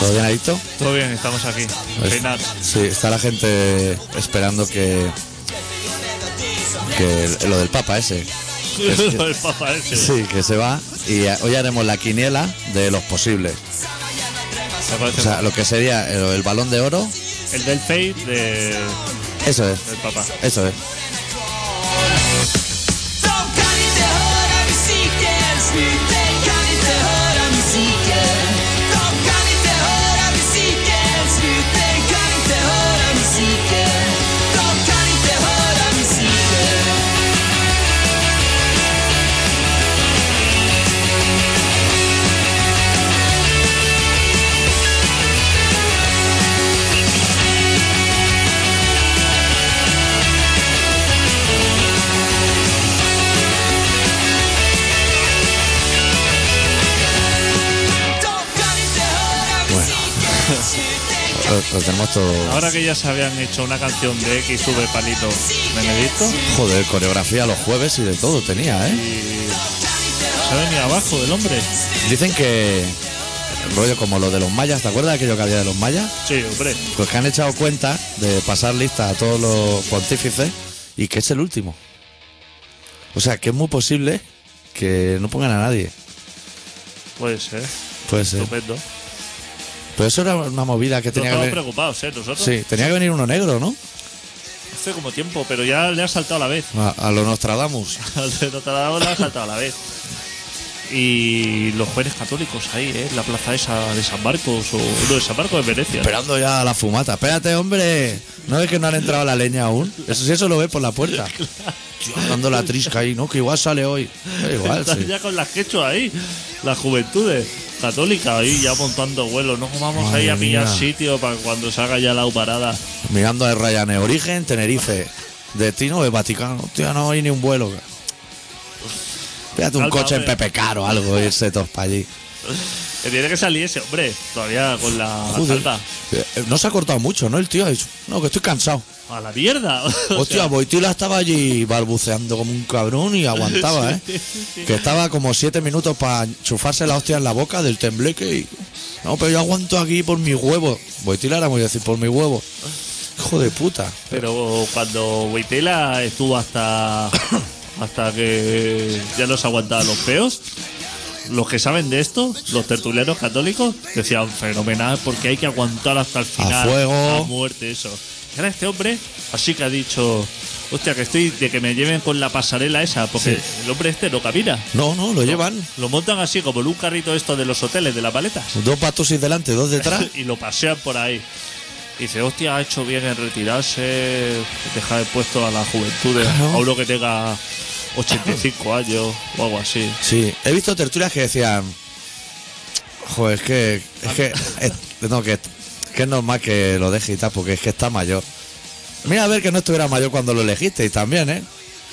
¿Todo bien, Adicto? Todo bien, estamos aquí. Peinar. Sí, está la gente esperando que. que lo del Papa ese. Lo del papá ese. Sí, que se va. Y eh, hoy haremos la quiniela de los posibles. Me O parece sea, lo que sería el, el balón de oro. el del Fade de, Eso es, del papá. eso es. Lo, lo tenemos todo. Ahora que ya se habían hecho una canción de X sube palito Benedicto, Joder, coreografía los jueves y de todo tenía, ¿eh? y se ha venido abajo del hombre. Dicen que. Rollo como lo de los mayas, ¿te acuerdas de aquello que había de los mayas? Sí, hombre. Pues que han echado cuenta de pasar lista a todos los pontífices y que es el último. O sea, que es muy posible que no pongan a nadie. Puede ser. Puede ser. Estupendo. Pero eso era una movida que Nos tenía que estamos venir. preocupados, ¿eh? Nosotros. Sí, tenía que venir uno negro, ¿no? Hace como tiempo, pero ya le ha saltado a la vez. A, a lo Nostradamus. Al de Notre Dame le ha saltado a la vez. Y los jóvenes católicos ahí, ¿eh? En la plaza esa de San Marcos o no, de San Marcos de Venecia. Esperando ya a la fumata. Espérate, hombre. ¿No ves que no han entrado a la leña aún? Eso sí, eso lo ves por la puerta. Tío, dando la trisca ahí, ¿no? Que igual sale hoy. Da Igual, Están Ah, sí. ya con las quechua ahí, las juventudes católicas ahí ya montando vuelos. No vamos Madre ahí a pillar mía. sitio para cuando se haga ya la parada. Mirando a Ryanair. Origen, Tenerife. Destino de Vaticano. Tío, no hay ni un vuelo. Fíjate un Calma, coche en hombre. Pepe Caro o algo, irse todos para allí. Que tiene que salir ese hombre, todavía con la Joder. salta. Eh, No se ha cortado mucho, ¿no? El tío ha dicho, no, que estoy cansado. A la mierda. O Hostia, pues sea, Boitila estaba allí barbuceando como un cabrón y aguantaba, ¿eh? Que estaba como siete minutos para enchufarse la hostia en la boca del tembleque y... No, pero yo aguanto aquí por mi huevo. Pues Boitila era muy decir, por mi huevo. Hijo de puta. pero cuando Huitela estuvo hasta hasta que ya no se aguantaban los peos. Los que saben de esto, los tertulianos católicos, decían fenomenal porque hay que aguantar hasta el final. fuego. A muerte, eso. Y ahora este hombre, así que ha dicho, hostia, que estoy de que me lleven con la pasarela esa, porque el hombre este no camina. No, no, lo llevan. Lo montan así como en un carrito esto de los hoteles, de las maletas. Dos patos y delante, dos detrás. y lo pasean por ahí. Y dice, hostia, ha hecho bien en retirarse, dejar el puesto a la juventud, de- Claro. a uno que tenga 85 años o algo así. Sí, he visto tertulias que decían... Joder, es que... Es que... es- no, que, que es normal que lo deje y tal, porque es que está mayor. Mira a ver que no estuviera mayor cuando lo elegisteis también, ¿eh?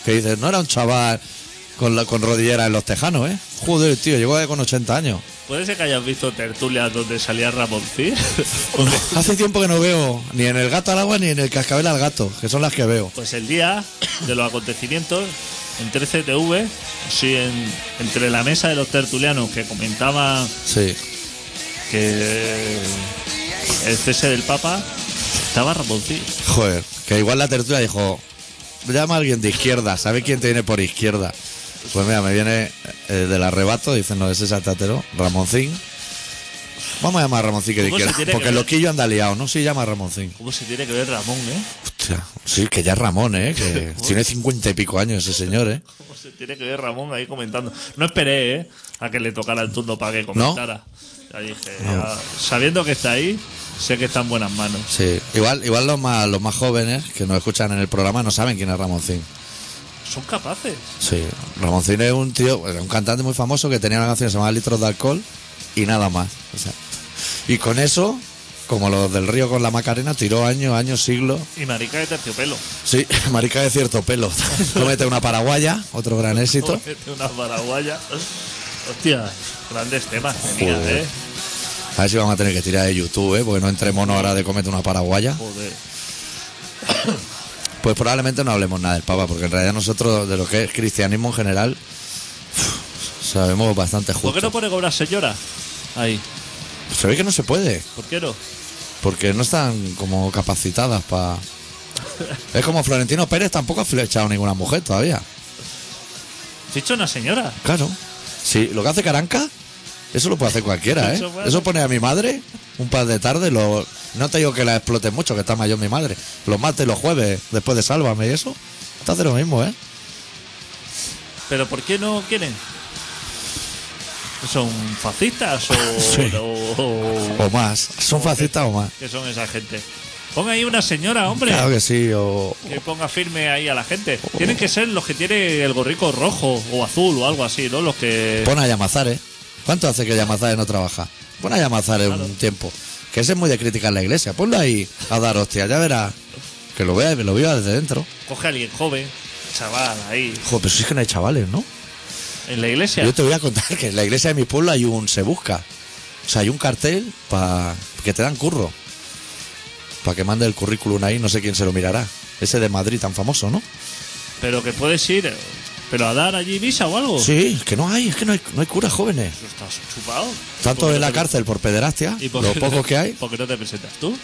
Que dices, no era un chaval con, la, con rodillera en los tejanos, ¿eh? Joder, tío, llegó ahí con 80 años. Puede ser que hayas visto tertulias donde salía Ramoncín. Hace tiempo que no veo ni en el gato al agua ni en el cascabel al gato, que son las que veo. pues el día de los acontecimientos, en 13TV, sí, en- entre la mesa de los tertulianos que comentaban Sí. que el cese del Papa, estaba Ramoncín. Joder, que igual la tertulia dijo, llama a alguien de izquierda, ¿sabe quién te viene por izquierda? Pues mira, me viene eh, del arrebato, dicen, no, ese es Atatero, Ramoncín. Vamos a llamar a Ramoncín que de ¿Cómo se izquierda, tiene que porque ver? Loquillo anda liado, ¿no? Sí, llama a Ramoncín. ¿Cómo se tiene que ver Ramón, eh? Hostia, sí, que ya es Ramón, ¿eh? Que tiene cincuenta y pico años ese señor, ¿eh? ¿Cómo Pues se tiene que ver Ramón ahí comentando? No esperé, ¿eh? A que le tocara el turno para que comentara. Ya dije, ya, sabiendo que está ahí, sé que está en buenas manos. Sí, igual, igual los, más, los más jóvenes que nos escuchan en el programa no saben quién es Ramoncín. son capaces. Sí, Ramoncín es un tío, era un cantante muy famoso que tenía una canción llamada Litros de Alcohol y nada más. o sea. y con eso, como los del río con la Macarena, tiró años, años, siglos. Y marica de terciopelo. Sí, marica de cierto pelo. Comete una paraguaya, otro gran éxito. Cómete una paraguaya. Hostia, grandes temas tenía, Joder. ¿eh? A ver si vamos a tener que tirar de YouTube, ¿eh? porque no entremos mono ahora de comete una paraguaya. Joder. Pues probablemente no hablemos nada del Papa, porque en realidad nosotros de lo que es cristianismo en general sabemos bastante ¿Por qué justo. no pone cobrar señora? Ahí. Se ve que no se puede, ¿Por qué no? porque no están como capacitadas para... Es como Florentino Pérez tampoco ha flechado ninguna mujer todavía. ¿Has dicho una señora? Claro. Sí, lo que hace Caranca, eso lo puede hacer cualquiera, ¿eh? Eso puede Eso hacer- pone a mi madre un par de tarde, lo... no te digo que la explote mucho, que está mayor mi madre, los martes y los jueves, después de Sálvame y eso, te hace lo mismo, ¿eh? ¿Pero por qué no quieren? ¿Son fascistas o.? Sí. o- o- O más, son facitas o más. ¿Qué son esa gente? Ponga ahí una señora, hombre. Claro que sí, o, Que ponga firme ahí a la gente. Tienen que ser los que tiene el gorrico rojo o azul o algo así, ¿no? Los que. Pon a Llamazares. ¿Cuánto hace que Llamazares no trabaja? Pon a Llamazares un tiempo. Que ese es muy de criticar la iglesia. Ponlo ahí a dar hostia. Ya verás. Que lo vea y lo viva desde dentro. Coge a alguien joven, chaval, ahí, Joder, pero si es que no hay chavales, ¿no? en la iglesia. Yo te voy a contar que en la iglesia de mi pueblo hay un se busca. O sea, hay un cartel para que te dan curro. Para que mande el currículum ahí, no sé quién se lo mirará. Ese de Madrid tan famoso, ¿no? Pero que puedes ir, pero a dar allí misa o algo. Sí, es que no hay, es que no hay, no hay curas jóvenes. Eso Estás chupado. Tanto ¿Por qué en la no te- cárcel por pederastia, ¿Y por los qué- pocos que hay. ¿Por qué no te presentas tú?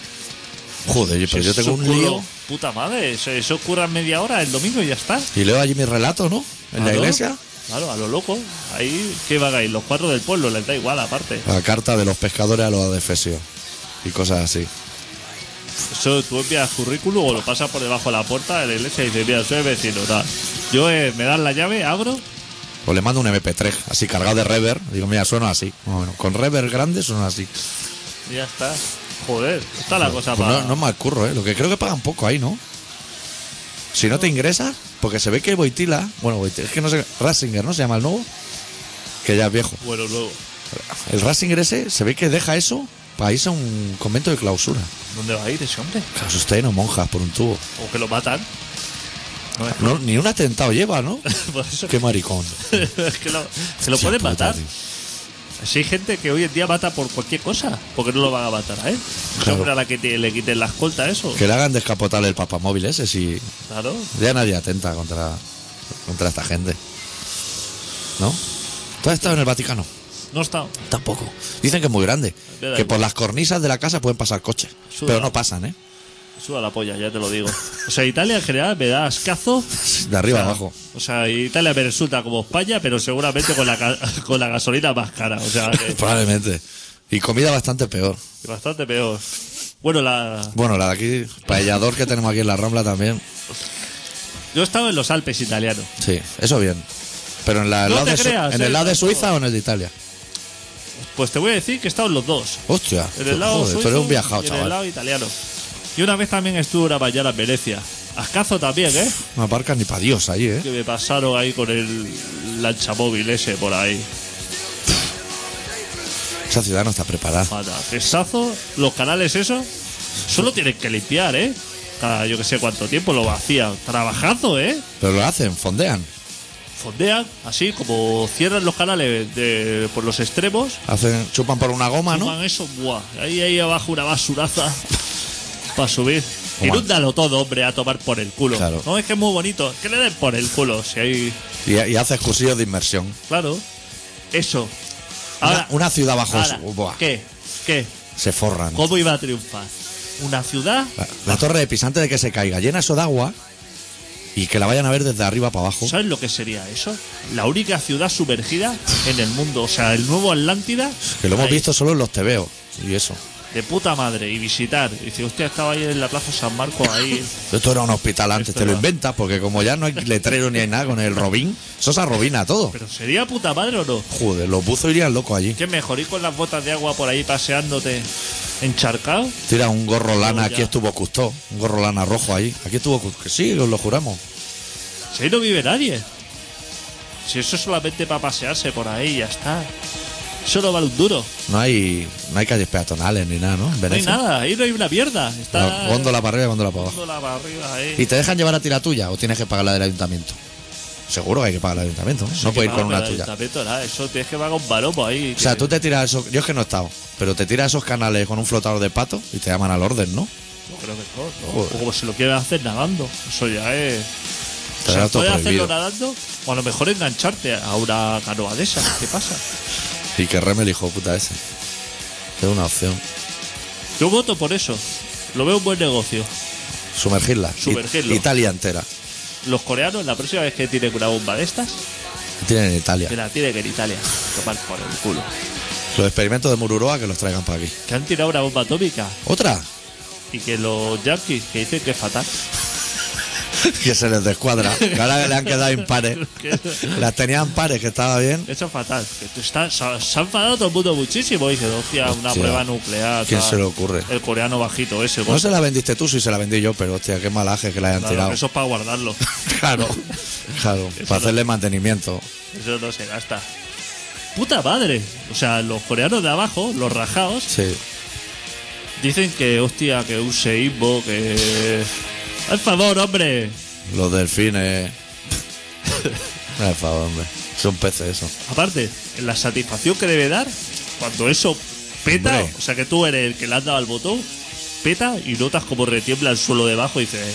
Joder, pero yo Eso tengo es un lío. curro, Puta madre, eso, eso curra media hora el domingo y ya está. Y leo allí mi relato, ¿no? En la Claro, iglesia. Claro, a lo loco. Ahí, ¿qué van a ir? Los cuatro del pueblo, les da igual, aparte. La carta de los pescadores a los de Efesio. Y cosas así. Eso tú envías currículum o lo pasas por debajo de la puerta de la iglesia y dices, mira, soy vecino, tal. Yo eh, me dan la llave, abro, O le mando un MP3, así cargado de rever. Digo, mira, suena así. Más o menos. con rever grande suena así. y ya está. Joder, está la cosa Pues no, para. no me curro, ¿eh? Lo que creo que pagan poco ahí, ¿no? Si no te ingresas, porque se ve que Boitila, bueno, Boitila, es que no sé, Ratzinger, ¿no? Se llama el nuevo, que ya es viejo. Bueno, luego, El Ratzinger ese se ve que deja eso para irse a un convento de clausura. ¿dónde va a ir ese hombre? Claro, ustedes no monjas por un tubo. O que lo matan. No, es- No, ni un atentado lleva, ¿no? por eso Qué maricón. es que lo, se lo Hostia pueden puta, matar. tío. Si hay gente que hoy en día mata por cualquier cosa, porque no lo van a matar a él. Claro. Siempre a la que te- le quiten la escolta, eso. Que le hagan descapotar el papamóvil ese si Claro. ya nadie atenta contra, contra esta gente. ¿No? ¿Tú has estado en el Vaticano? No está. Tampoco. Dicen que es muy grande. Me da Que igual. por las cornisas de la casa pueden pasar coches. Suda. Pero no pasan, ¿eh? Suda la polla, ya te lo digo. O sea, Italia en general me da ascazo. De arriba O sea, abajo. O sea, Italia me resulta como España, pero seguramente con la, ca- con la gasolina más cara. O sea, que Probablemente. Y comida bastante peor. que bastante peor. Bueno, la, Bueno, la de aquí, paellador que tenemos aquí en la Rambla también. yo he estado en los Alpes italianos. Sí, eso bien. Pero en, la, el No lado te de Su- creas, ¿en eh, el lado de tampoco. Suiza o en el de Italia. Pues te voy a decir que he estado en los dos. Hostia. En el lado joder, tú suizo eres un viajado, y en el chaval. lado italiano. Y una vez también estuve una mañana en Venecia. Ascazo también, ¿eh? No aparcas ni para Dios allí, ¿eh? Que me pasaron ahí con el lanchamóvil ese por ahí. Esa ciudad no está preparada. Para pesazo, los canales esos, solo tienen que limpiar, ¿eh? Cada yo que sé cuánto tiempo lo vacían. Trabajando, ¿eh? Pero lo hacen, fondean. Fondean, así como cierran los canales de- por los extremos. Hacen, chupan por una goma, Ah, ¿no? toman eso, buah. Ahí, ahí abajo una basuraza para subir. Toma. Inúndalo todo, hombre, a tomar por el culo. Claro. No, es que es muy bonito. Que le den por el culo. Si hay. Y, y haces cursillos de inmersión. Claro. Eso. Una- Ahora. una, ciudad bajo ahora, su- buah, ¿Qué? ¿Qué? se forran. ¿Cómo iba a triunfar? ¿Una ciudad? La, la torre de pisante de que se caiga, llena eso de agua y que la vayan a ver desde arriba para abajo. ¿Sabes lo que sería eso? La única ciudad sumergida en el mundo. O sea, el nuevo Atlántida. Que lo hemos ahí, visto solo en los tebeos y eso. De puta madre. Y visitar. Y dice, hostia, estaba ahí en la Plaza San Marcos ahí. Esto era un hospital antes, Esto te lo era- inventas, porque como ya no hay letrero ni hay nada con el Robin, eso se arrobina todo. Pero sería puta madre o no? Joder, los buzos irían locos allí. ¿Qué mejor ir con las botas de agua por ahí paseándote encharcado? Tira un gorro lana, ya. aquí estuvo Custó, un gorro lana rojo ahí. Aquí estuvo Custó, que sí, os lo juramos. Si ahí no vive nadie. Si eso es solamente para pasearse por ahí y ya está. Eso no vale un duro. No hay, no hay calles peatonales ni nada, ¿no? En No hay Venecia. nada, ahí no hay una mierda. Está No, góndola para arriba y góndola para abajo. góndola para arriba ahí. ¿Y te dejan llevar a ti la tuya o tienes que pagar la del ayuntamiento? Seguro que hay que pagar el ayuntamiento. No, Eso no que puedes ir paga con una el tuya. ayuntamiento, nada, Eso tienes que pagar un palomo ahí. O sea, tú te tiras esos. Yo es que no he estado, pero te tiras esos canales con un flotador de pato y te llaman al orden, ¿no? Yo creo que no, ¿no? Joder. O como si lo quieres hacer nadando. Eso ya es. Te O sea, da todo puedes prohibido. hacerlo nadando o a lo mejor engancharte a una canoa de esas. ¿Qué pasa? Y que reme el hijo de puta ese. Es una opción. Yo voto por eso. Lo veo un buen negocio. Sumergirla. I- Sumergirlo. Italia entera. Los coreanos, la próxima vez que tienen una bomba de estas, Tienen en Italia. que la tienen en Italia. Tomar por el culo. Los experimentos de Mururoa que los traigan para aquí. Que han tirado una bomba atómica ¿Otra? y que los yankees que dicen que es fatal. que se les descuadra. Que ahora que le han quedado impares. Las tenían pares, que estaba bien. Eso es fatal. Que tú estás- se, se ha enfadado todo el mundo muchísimo. Dice, hostia, una Hostia. prueba nuclear. ¿Quién tal. se le ocurre? El coreano bajito ese. No gordo. se la vendiste tú, sí se la vendí yo, pero hostia, qué malaje que la hayan Claro, tirado. Eso es para guardarlo. Claro, claro, no- para hacerle mantenimiento. Eso no se gasta. Puta madre. O sea, los coreanos de abajo, los rajados, Sí. dicen que, hostia, que un seísmo, que. ¡Al favor, hombre! Los delfines. No, por favor, hombre. Son peces eso. Aparte, la satisfacción que debe dar cuando eso peta, Hombre. o sea que tú eres el que le has dado al botón, peta y notas como retiembla el suelo debajo y dices,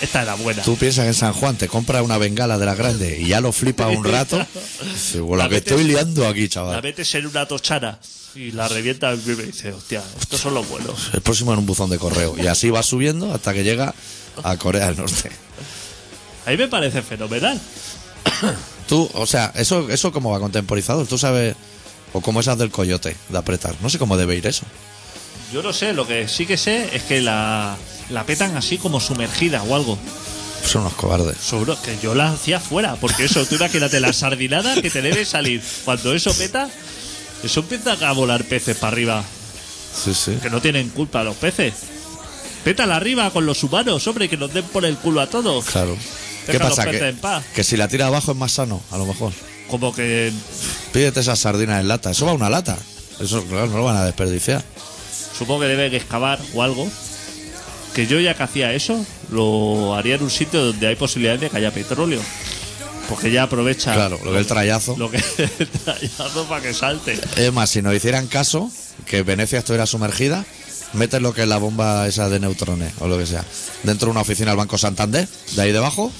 esta era buena. Tú piensas que en San Juan te compras una bengala de la grande y ya lo flipas un rato. Sí, bueno, La lo que metes- estoy liando aquí, La chaval. y metes en una tochana y la revienta y dices, hostia, estos son los buenos. El próximo en un buzón de correo. Y así va subiendo hasta que llega a Corea del Norte. A mí me parece fenomenal. Tú, o sea, eso, eso cómo va contemporizado. Tú sabes. O como esas del coyote, de apretar. No sé cómo debe ir eso. Yo no sé, lo que sí que sé es que la, la petan así como sumergida o algo. Son unos cobardes. Seguro que yo la hacía fuera, porque eso, tú imagínate la sardinada que te debe salir. Cuando eso peta, eso empieza a volar peces para arriba. Sí, sí. Que no tienen culpa los peces. Pétala arriba con los humanos, hombre, que nos den por el culo a todos. Claro. ¿Qué Deja los pasa? peces Que, en paz. que si la tira abajo es más sano, a lo mejor. Como que Pídete esas sardinas en lata. Eso va a una lata. Eso, claro, no lo van a desperdiciar. supongo que deben excavar o algo. Que yo ya que hacía eso, lo haría en un sitio donde hay posibilidades de que haya petróleo. Porque ya aprovecha Claro, lo que el trayazo. lo que trayazo para que salte. Es más, si nos hicieran caso, que Venecia estuviera sumergida, metes lo que es la bomba esa de neutrones o lo que sea, dentro de una oficina del Banco Santander, de ahí debajo.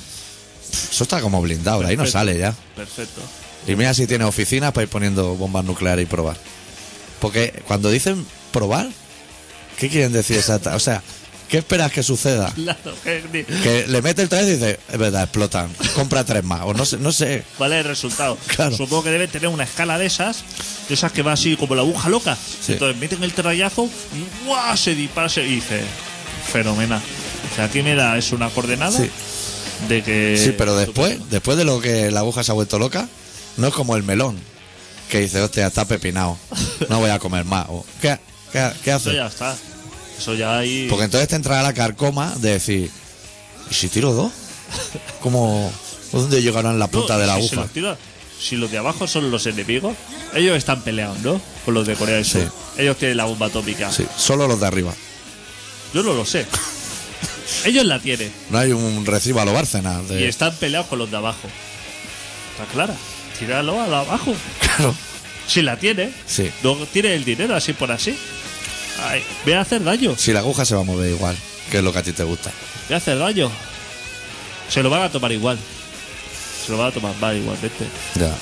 Eso está como blindado, de ahí no Perfecto. sale ya. Perfecto. Y mira si tiene oficinas para ir poniendo bombas nucleares y probar. Porque cuando dicen probar, ¿qué quieren decir exacta? O sea, ¿qué esperas que suceda? Claro, que ni- Que le mete el 3 y dice, es verdad, explotan. Compra tres más. O no sé, no sé. ¿Cuál es el resultado? Claro. Supongo que deben tener una escala de esas, de esas que va así como la aguja loca. Sí. Entonces meten el trayazo y ¡guau! se dispara se- y dice, fenomenal. O sea, aquí me da es una coordenada Sí. de que... Sí, pero después, después de lo que la aguja se ha vuelto loca, no es como el melón. Que dice, hostia, está pepinado. No voy a comer más. O, ¿qué, qué, qué Eso hace? ya está. Eso ya ahí... Porque entonces te entrará la carcoma de decir, ¿y si tiro dos? Como, ¿dónde llegarán la No, punta de la si se aguja? los tira- si los de abajo son los enemigos, ellos están peleados, ¿no? Con los de Corea del Sur. Ellos tienen la bomba atómica. Sí, solo los de arriba. Yo no lo sé. ellos la tienen. No hay un recibo a lo Bárcena. Y De... están peleados con los de abajo. ¿Está clara? Tíralo a lo abajo. Claro. Si la tiene, Sí. no tiene el dinero así por así. Ay, voy a hacer daño, Si la aguja se va a mover igual, que es lo que a ti te gusta. voy a hacer daño. Se lo van a tomar igual. Se lo van a tomar mal igualmente. Ya.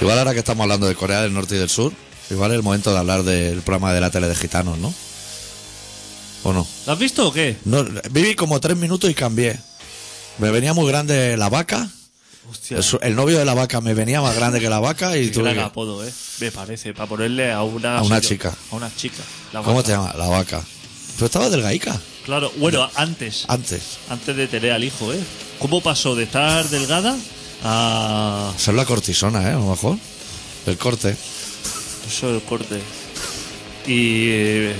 Igual ahora que estamos hablando de Corea del Norte y del Sur, igual es el momento de hablar del programa de la tele de gitanos, ¿no? ¿O no? ¿Lo has visto o qué? no viví como tres minutos y cambié. Me venía muy grande la vaca. Hostia, El, su- el novio de la vaca me venía más grande que la vaca y qué tú... gran apodo, eh. Me parece, para ponerle a una. A una señor- chica. A una chica. La ¿Cómo vaca. te llamas? La vaca. Pero estaba delgaica Claro, bueno, antes. antes. Antes de tener al hijo, eh. ¿Cómo pasó de estar delgada a. Ser la cortisona, ¿eh? A lo mejor. El corte. Eso el corte. Y eh,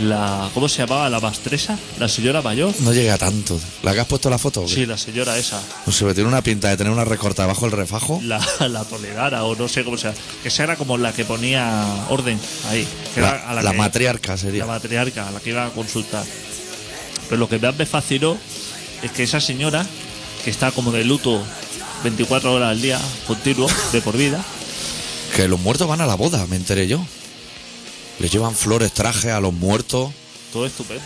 la. ¿Cómo se llamaba? La maestresa, la señora mayor. No llega tanto. ¿La que has puesto la foto? o qué? Sí, la señora esa. No sé, pero tiene una pinta de tener una recorta bajo el refajo. La, la toledana o no sé cómo se llama. Que esa era como la que ponía orden ahí. que La, era a la que- matriarca La sería. matriarca, a la que iba a consultar. Pero lo que más me fascinó es que esa señora, que está como de luto 24 horas al día, continuo, de por vida, Que los muertos van a la boda, me enteré yo. Les llevan flores, trajes a los muertos. todo estupendo.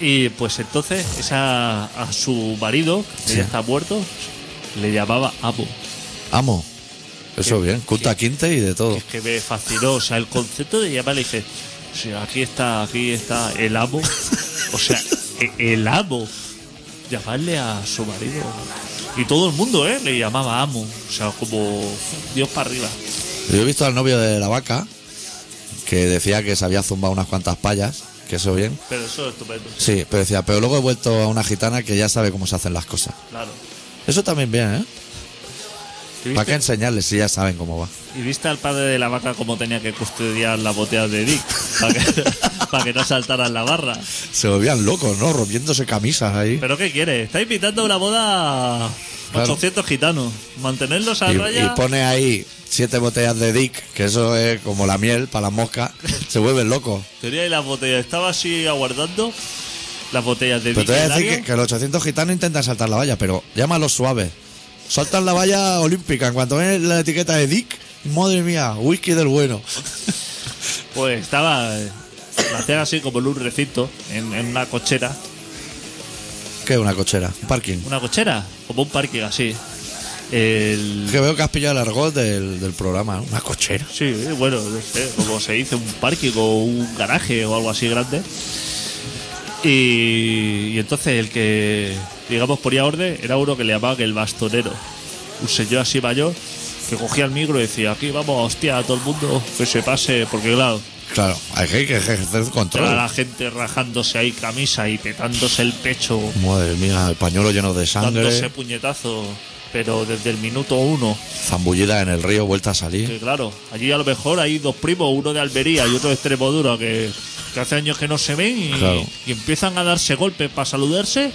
Y pues entonces esa, a su marido, que Sí. ya está muerto, le llamaba Amo. Amo. Eso bien, culta quinte y de todo. Es que me fascinó, o sea, el concepto de llamarle y dice, "Sí, aquí está, aquí está el amo. O sea, e- el amo. Llamarle a su marido. Y todo el mundo, ¿eh? Le llamaba amo. O sea, como Dios para arriba. Yo he visto al novio de la vaca que decía que se había zumbado unas cuantas payas, que eso bien. Pero eso es estupendo, Sí, pero decía, pero luego he vuelto a una gitana que ya sabe cómo se hacen las cosas. claro. Eso también bien, ¿eh? ¿Y ¿Para qué viste, enseñarles si ya saben cómo va? y viste al padre de la vaca cómo tenía que custodiar las botellas de Dick? Para que, para que no saltaran la barra. Se volvían locos, ¿no? Rompiéndose camisas ahí. ¿Pero qué quiere? Está invitando a una boda a Claro. 800 gitanos. Mantenerlos a Y, raya. y pone ahí siete botellas de Dick, que eso es como la miel para las moscas. Se vuelven locos. Tenía ahí las botellas, estaba así aguardando las botellas de Pero te voy a decir Vicky que, que los 800 gitanos intentan saltar la valla, pero llámalos suaves. Saltan la valla olímpica. En cuanto ven la etiqueta de Dick, madre mía, whisky del bueno. Lario, Pues estaba. eh, La hacían así como en un recinto, en, en una cochera. ¿Qué es una cochera? Un parking. ¿Una cochera? Como un parking así. El- Que veo que has pillado el argot del, del programa. ¿no? Una cochera. Sí, eh, bueno, no sé, como se dice, un parking o un garaje o algo así grande. Y, y entonces el que, digamos, ponía orden era uno que le llamaban el bastonero. Un señor así mayor que cogía el micro y decía, aquí vamos, hostia, a todo el mundo que se pase, porque claro, Claro, hay que, hay que ejercer control. Toda la gente rajándose ahí camisa y petándose el pecho, Madre mía, el pañuelo lleno de dándose sangre, puñetazos, pero desde el minuto uno, zambullida en el río, vuelta a salir. que claro, allí a lo mejor hay dos primos, uno de Almería y otro de Extremodura, que, que hace años que no se ven y, Claro. y empiezan a darse golpes para saludarse,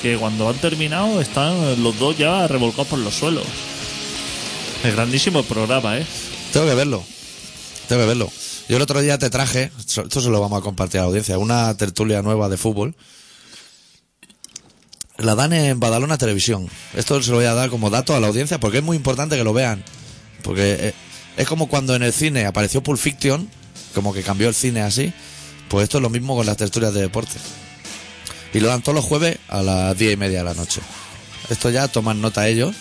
que cuando han terminado están los dos ya revolcados por los suelos. Es grandísimo programa, ¿eh? Tengo que verlo. Tengo que verlo. Yo el otro día te traje, so- esto se lo vamos a compartir a la audiencia, una tertulia nueva de fútbol. La dan en Badalona Televisión. Esto se lo voy a dar como dato a la audiencia porque es muy importante que lo vean. Porque eh, es como cuando en el cine apareció Pulp Fiction, como que cambió el cine así. Pues esto es lo mismo con las tertulias de deporte. Y lo dan todos los jueves a las diez y media de la noche. Esto ya toman nota ellos.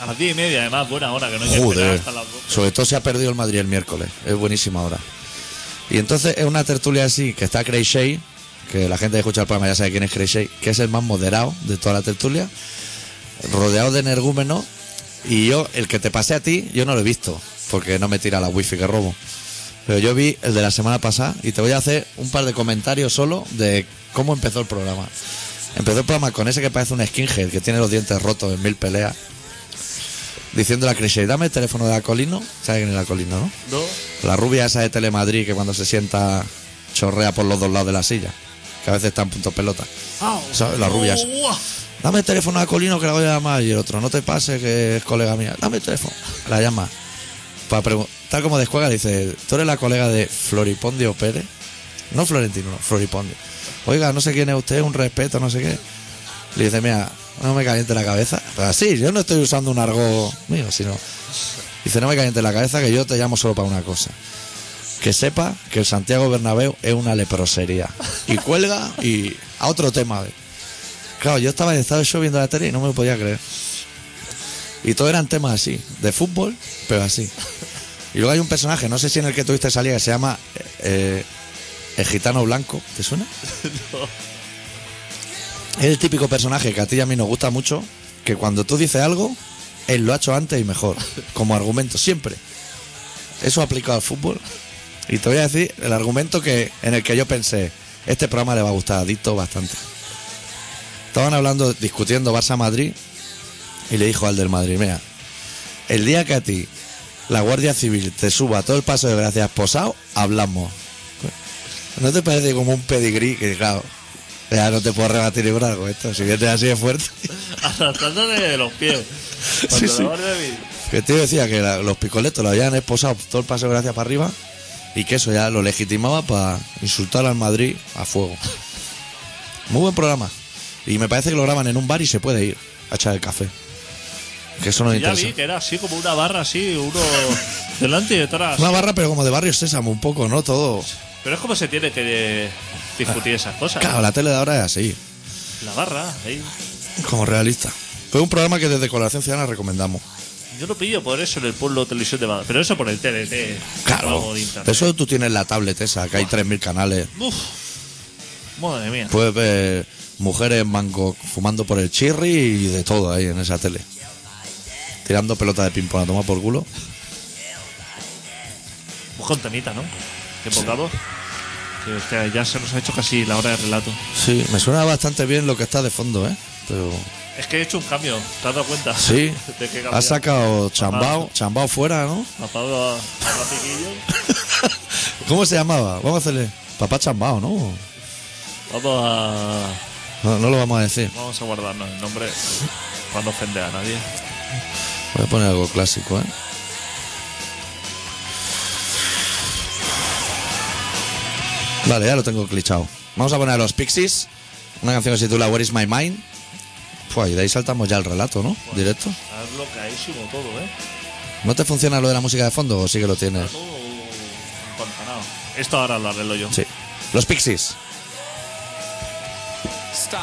A las diez y media, además, buena hora, que no hay que esperar Joder. hasta las dos. Sobre todo se ha perdido el Madrid el miércoles. Es buenísima ahora. Y entonces es una tertulia así, que está Cray Shea, que la gente que escucha el programa ya sabe quién es Cray Shea, que es el más moderado de toda la tertulia, rodeado de energúmenos. Y yo, el que te pasé a ti, yo no lo he visto, porque no me tira la wifi que robo. Pero yo vi el de la semana pasada y te voy a hacer un par de comentarios solo de cómo empezó el programa. Empezó el programa con ese que parece un skinhead, que tiene los dientes rotos en mil peleas diciendo a Crisey, dame el teléfono de Acolino. ¿Sabe quién es Acolino, no? ¿No? La rubia esa de Telemadrid que cuando se sienta chorrea por los dos lados de la silla. Que a veces está en punto pelota. ¿Sabes? La rubia esa. ¡Uah! Dame el teléfono de Acolino que la voy a llamar. Y el otro, no te pases que es colega mía. Dame el teléfono. La llama. Para pregun- Tal como descuelga, dice, tú eres la colega de Floripondio Pérez. No Florentino, no, Floripondio. Oiga, no sé quién es usted, un respeto, no sé qué. Le dice, mira, no me caliente la cabeza. Pero así, yo no estoy usando un argot mío, sino. Dice, no me caliente la cabeza, que yo te llamo solo para una cosa. Que sepa que el Santiago Bernabéu es una leprosería. Y cuelga y a otro tema. Claro, yo estaba en estado de shock viendo la tele y no me lo podía creer. Y todo eran temas así, de fútbol, pero así. Y luego hay un personaje, no sé si en el que tuviste salida, que se llama eh, El Gitano Blanco. ¿Te suena? Es el típico personaje que a ti y a mí nos gusta mucho, que cuando tú dices algo, él lo ha hecho antes y mejor, como argumento, siempre. Eso aplicado al fútbol. Y te voy a decir el argumento que en el que yo pensé, este programa le va a gustar a Dicto bastante. Estaban hablando, discutiendo Barça-Madrid, y le dijo al del Madrid, mira, el día que a ti la Guardia Civil te suba todo el paso de gracias posado, hablamos. ¿No te parece como un pedigrí? Que claro, ya no te puedo rebatir ni por algo esto. Si vienes así de fuerte. Arrastrándole de los pies. Cuando Sí, sí. lo orden- Que te decía que la- los picoletos lo habían esposado todo el paseo de gracia para arriba y que eso ya lo legitimaba para insultar al Madrid a fuego. Muy buen programa. Y me parece que lo graban en un bar y se puede ir a echar el café. Que eso no Ya interesa. vi que era así como una barra así, uno delante y detrás. Una barra, pero como de barrio sésamo, un poco, ¿no? Todo. Pero es como se tiene que de- discutir esas cosas. Ah. Claro, la tele de ahora es así, La barra, ahí. como realista. Fue un programa que desde Colaboración Ciudadana recomendamos. Yo lo pillo por eso en el pueblo televisión de Madrid. Pero eso por el TNT. Claro. Algo de internet. Eso tú tienes la tablet esa, que hay 3.000 canales. Uf. Madre mía. Puedes ver Pues mujeres en Bangkok fumando por el chirri y de todo ahí en esa tele. Tirando pelota de ping-pong a tomar por culo. Busca un pues temita, ¿no? Que pongamos. Que hostia, ya se nos ha hecho casi la hora de relato. Sí, me suena bastante bien lo que está de fondo, ¿eh? Pero Es que he hecho un cambio, ¿te has dado cuenta? sí, Ah, De que he cambiado. has sacado chambao, chambao fuera, ¿no? A Pablo, a, a Rapiquillo. ¿Cómo se llamaba? Vamos a hacerle papá chambao, ¿no? Vamos a. No, no lo vamos a decir. Vamos a guardarnos el nombre para no ofender a nadie. Voy a poner algo clásico, ¿eh? Vale, ya lo tengo clichado. Vamos a poner a los Pixies, una canción que se titula Where is my mind? Pues y de ahí saltamos ya el relato, ¿no? Directo. Está bloqueadísimo todo, ¿eh? ¿No te funciona lo de la música de fondo o sí que lo tienes? Está todo empantanado. Esto ahora lo arreglo yo. Sí. Los Pixies. Stop.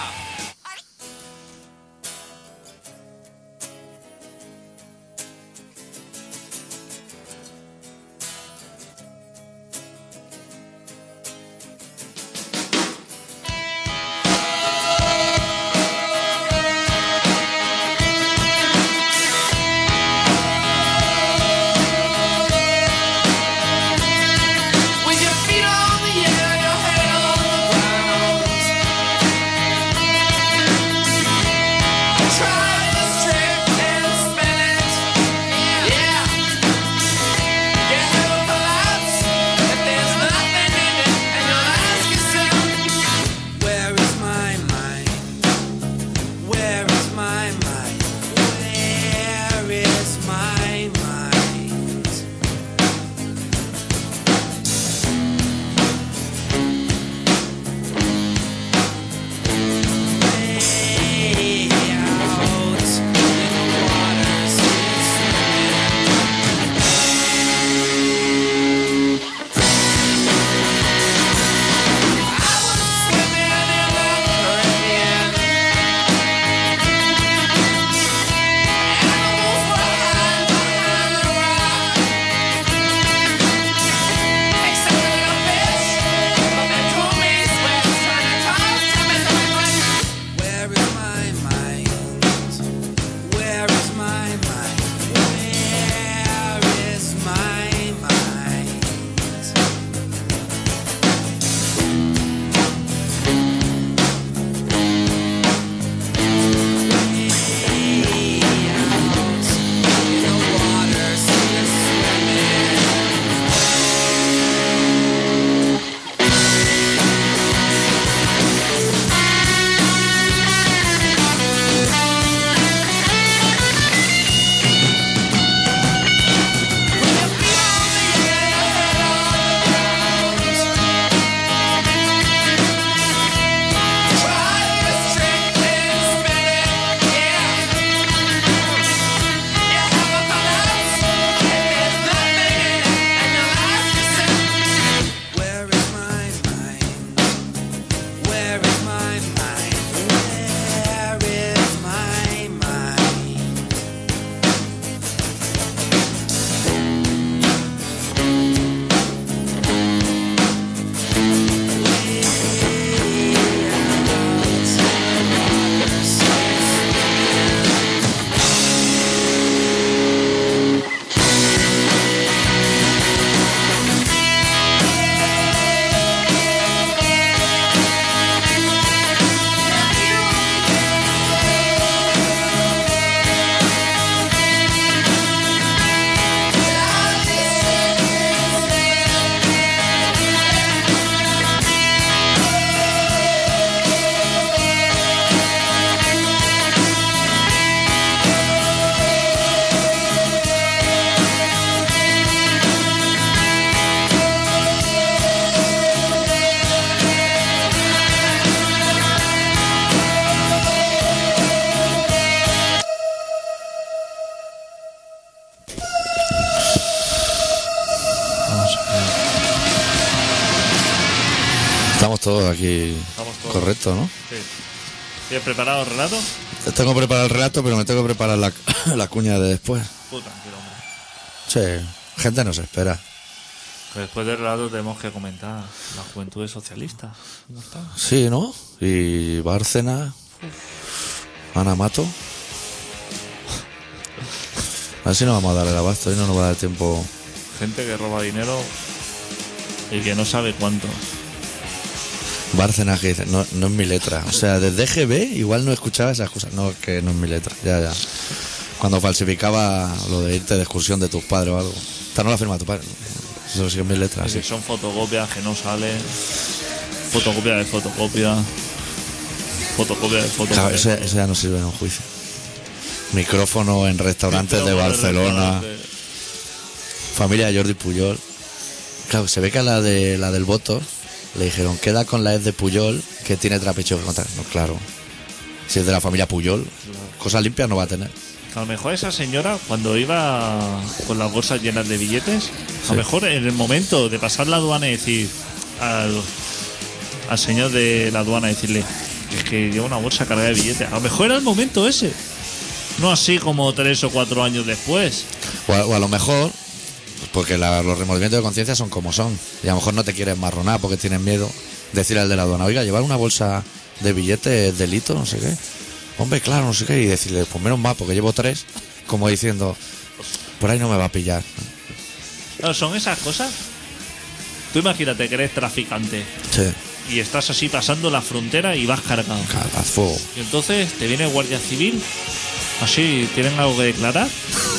With your feet on the air, your head on the ground. todos aquí. Estamos todos. Correcto, ¿no? Sí. ¿Tienes preparado el relato? Tengo que preparar el relato, pero me tengo que preparar la, la cuña de después. Puta, tranquilo, hombre. Sí, gente nos espera. Que Después del relato tenemos que comentar la juventud socialista. ¿Cómo está? Sí, ¿no? Y Bárcena, Ana Mato. A ver si nos vamos a dar el abasto y no nos va a dar tiempo. Gente que roba dinero y que no sabe cuánto. Bárcena que dice, no, no es mi letra. O sea, desde GB igual no escuchaba esas cosas. No, es que no es mi letra. Ya, ya. Cuando falsificaba lo de irte de excursión de tus padres o algo. Esta no la firma tu padre. Eso sí que es mi letra. Que Sí. son fotocopias que no salen. Fotocopia de fotocopia. Fotocopia de fotocopia. Claro, eso, ya- eso ya no sirve en un juicio. Micrófono en restaurantes de Barcelona. Familia de Jordi Puyol. Claro, se ve que a la, de, la del voto le dijeron, queda con la ex de Puyol que tiene trapicheo que contar. No, claro. Si es de la familia Puyol, cosas limpias no va a tener. A lo mejor esa señora, cuando iba con las bolsas llenas de billetes, a lo mejor en el momento de pasar la aduana y decir al, al señor de la aduana, decirle "Que es que lleva una bolsa cargada de billetes, a lo mejor era el momento ese. No así como tres o cuatro años después. O a, o a lo mejor, pues porque la- los remordimientos de conciencia son como son. Y a lo mejor no te quieres marronar porque tienes miedo. Decir al de la aduana, oiga, llevar una bolsa de billetes es delito, no sé qué. Hombre, claro, no sé qué. Y decirle, pues menos mal, porque llevo tres. Como diciendo, por ahí no me va a pillar. Claro, son esas cosas. Tú imagínate que eres traficante Sí, y estás así pasando la frontera y vas cargado. claro, a fuego. Y entonces te viene Guardia Civil, así tienen algo que declarar.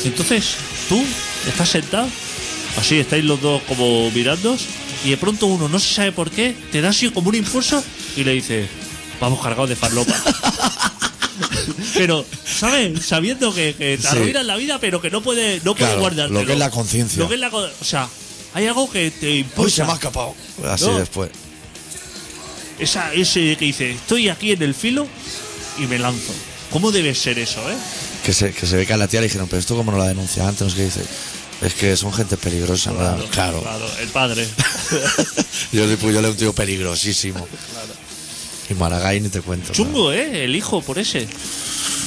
Y entonces tú estás sentado, así estáis los dos como mirando, y de pronto uno, no se sabe por qué, te da así como un impulso y le dice, vamos cargados de farlopa. pero, ¿sabes? Sabiendo que, que te Sí. arruinan la vida, pero que no puedes no puede Claro, guardártelo. lo que es la conciencia. Lo que es la con- O sea, hay algo que te Uy, se impulsa. me ha escapado. Así No. después. Esa, ese que dice, estoy aquí en el filo y me lanzo. ¿Cómo debe ser eso, eh? Que se, que se ve que a la tía le dijeron, pero esto como no la denuncia antes, no sé qué dice. Es que son gente peligrosa, ¿verdad? claro. pues el padre. Jordi Puyol es un tío peligrosísimo. Y Maragall ni te cuento. Chungo, ¿eh? El hijo por ese.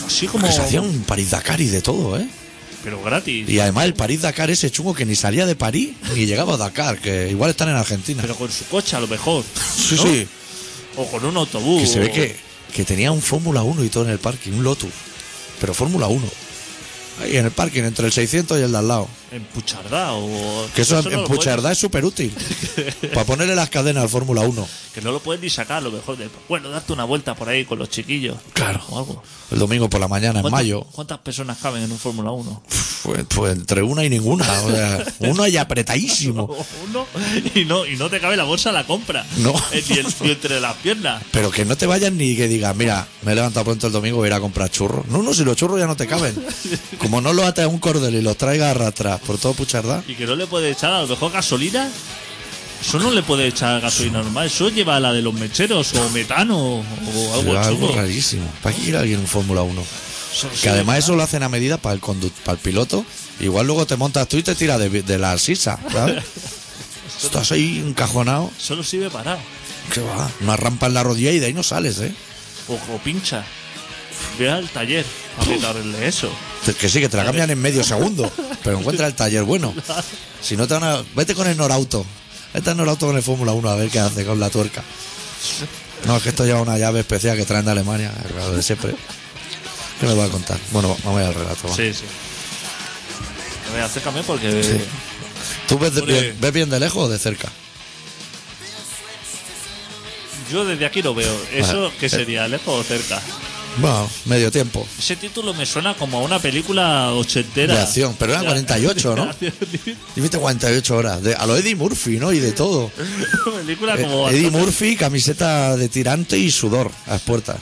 Así claro. como. Que se hacía un París Dakar y de todo, ¿eh? Pero gratis. Y además el París Dakar ese chungo que ni salía de París ni llegaba a Dakar, que igual están en Argentina. Pero con su coche a lo mejor. sí, ¿no? sí. O con un autobús. Que se ve o- que, que tenía un Fórmula 1 y todo en el parking, un Lotus. Pero Fórmula 1. Ahí en el parking, entre el 600 y el de al lado. En Puchardá o. Que eso, en- no en lo pueden- Puchardá es súper útil. Para ponerle las cadenas al Fórmula 1. que no lo pueden ni sacar a lo mejor. de- bueno, darte una vuelta por ahí con los chiquillos. Claro. O algo. El domingo por la mañana, en ¿Cuántas- mayo. ¿Cuántas personas caben en un Fórmula 1? Pues, pues entre una y ninguna. o sea, uno ahí apretadísimo. Uno. Y no, y no te cabe la bolsa a la compra. No. Eh, Ni, el- ni entre las piernas. Pero que no te vayas ni que digas, mira, me he levantado pronto el domingo, voy a ir a comprar churros. No, no, si los churros ya no te caben. Como no los ates a un cordel y los traigas arrastras por todo Puchardá. Y que no le puede echar a lo mejor gasolina. Eso no le puede echar gasolina normal. Eso lleva la de los mecheros o metano o algo Era algo chungo. rarísimo. ¿Para qué ir alguien en Fórmula 1? Eso- Que además eso lo hacen a medida para el condu- para el piloto. Igual luego te montas tú y te tiras de, de la sisa, ¿sabes? Estás ahí encajonado. Solo sirve para. ¿Qué va? Una rampa en la rodilla y de ahí no sales, ¿eh? O, o pincha. Ve al taller a quitarle eso. Te- Que sí, que te la cambian en medio segundo. Pero encuentra el taller bueno. Si no te van a... Vete con el Norauto. Vete al Norauto con el Fórmula 1 a ver qué hace con la tuerca. No, es que esto lleva una llave especial que traen de Alemania. Claro, de siempre. ¿Qué me va a contar? Bueno, vamos a ir al relato. va. Sí, sí. A ver, acércame porque. ¿Tú ves, de- Hombre. bien, ves bien de lejos o de cerca? Yo desde aquí lo veo. ¿Eso Vale. Eh. qué sería? ¿Lejos o cerca? Bueno, medio tiempo. Ese título me suena como a una película ochentera. De acción, pero era Ya. 48, ¿no? Y viste 48 horas. De- a lo Eddie Murphy, ¿no? Y de todo. película Eh, como. Eddie Murphy, camiseta de tirante y sudor a las puertas.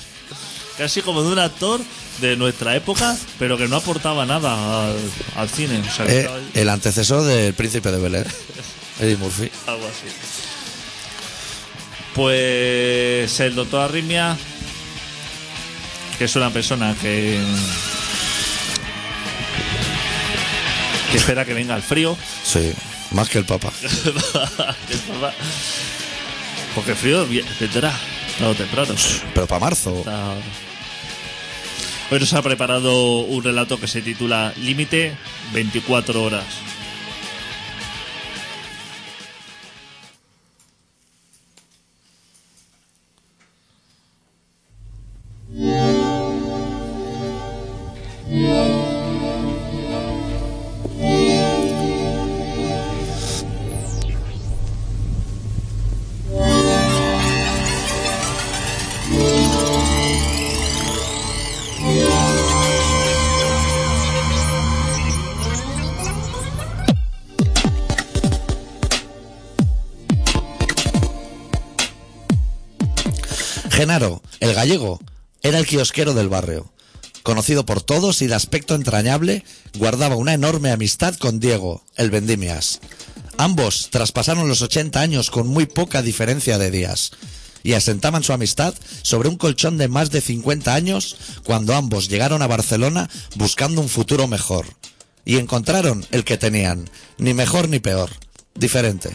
casi como de un actor de nuestra época, pero que no aportaba nada al, al cine. O sea, que Eh, estaba ahí, el antecesor del príncipe de Bel Air, Eddie Murphy. algo así. Pues el doctor Arritmia, que es una persona que. que espera que venga el frío. Sí, más que el Papa. Que estaba- Porque frío vi- vendrá, tarde o temprano. Pero para marzo. Está- Hoy nos ha preparado un relato que se titula Límite 24 horas. Genaro, el gallego, era el kiosquero del barrio. Conocido por todos y de aspecto entrañable, guardaba una enorme amistad con Diego, el Vendimias. Ambos traspasaron los 80 años con muy poca diferencia de días y asentaban su amistad sobre un colchón de más de 50 años cuando ambos llegaron a Barcelona buscando un futuro mejor. Y encontraron el que tenían, ni mejor ni peor, diferente.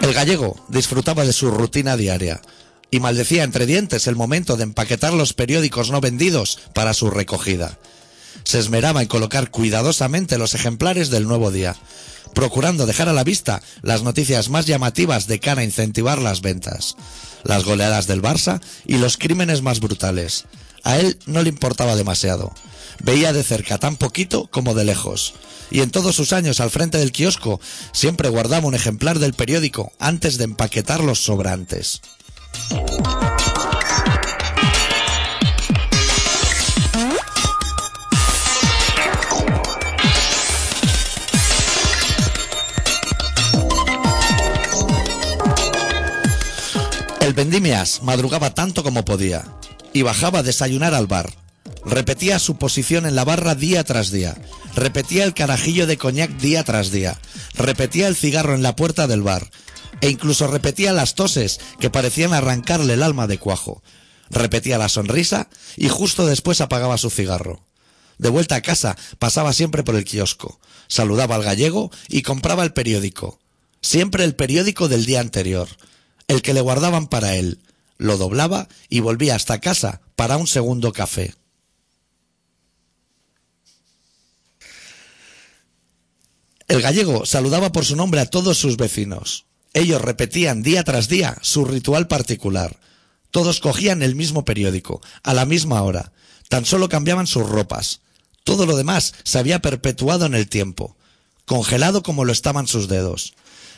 El gallego disfrutaba de su rutina diaria y maldecía entre dientes el momento de empaquetar los periódicos no vendidos para su recogida. Se esmeraba en colocar cuidadosamente los ejemplares del nuevo día, procurando dejar a la vista las noticias más llamativas de cara a incentivar las ventas, las goleadas del Barça y los crímenes más brutales. A él no le importaba demasiado. Veía de cerca tan poquito como de lejos. Y en todos sus años al frente del kiosco siempre guardaba un ejemplar del periódico antes de empaquetar los sobrantes. El Vendimias madrugaba tanto como podía y bajaba a desayunar al bar. Repetía su posición en la barra día tras día. Repetía el carajillo de coñac día tras día. Repetía el cigarro en la puerta del bar. E incluso repetía las toses que parecían arrancarle el alma de cuajo. Repetía la sonrisa y justo después apagaba su cigarro. De vuelta a casa pasaba siempre por el kiosco. Saludaba al gallego y compraba el periódico. Siempre el periódico del día anterior, el que le guardaban para él. Lo doblaba y volvía hasta casa para un segundo café. El gallego saludaba por su nombre a todos sus vecinos. Ellos repetían día tras día su ritual particular. Todos cogían el mismo periódico, a la misma hora. Tan solo cambiaban sus ropas. Todo lo demás se había perpetuado en el tiempo, congelado como lo estaban sus dedos.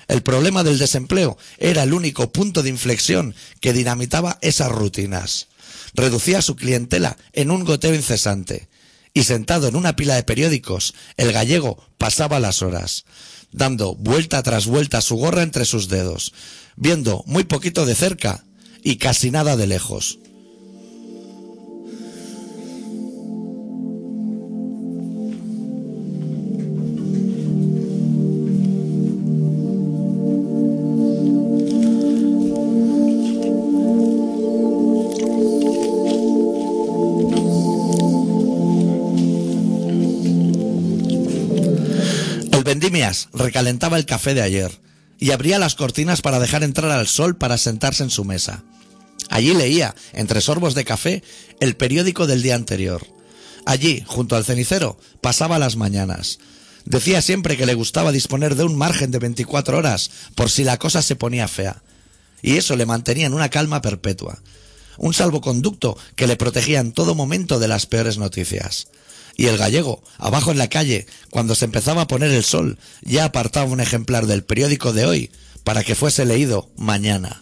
El problema del desempleo era el único punto de inflexión que dinamitaba esas rutinas. Reducía su clientela en un goteo incesante y sentado en una pila de periódicos, el gallego pasaba las horas, dando vuelta tras vuelta su gorra entre sus dedos, viendo muy poquito de cerca y casi nada de lejos. El vendimias recalentaba el café de ayer y abría las cortinas para dejar entrar al sol para sentarse en su mesa. Allí leía, entre sorbos de café, el periódico del día anterior. Allí, junto al cenicero, pasaba las mañanas. Decía siempre que le gustaba disponer de un margen de 24 horas por si la cosa se ponía fea. Y eso le mantenía en una calma perpetua. Un salvoconducto que le protegía en todo momento de las peores noticias. Y el gallego, abajo en la calle, cuando se empezaba a poner el sol, ya apartaba un ejemplar del periódico de hoy para que fuese leído mañana.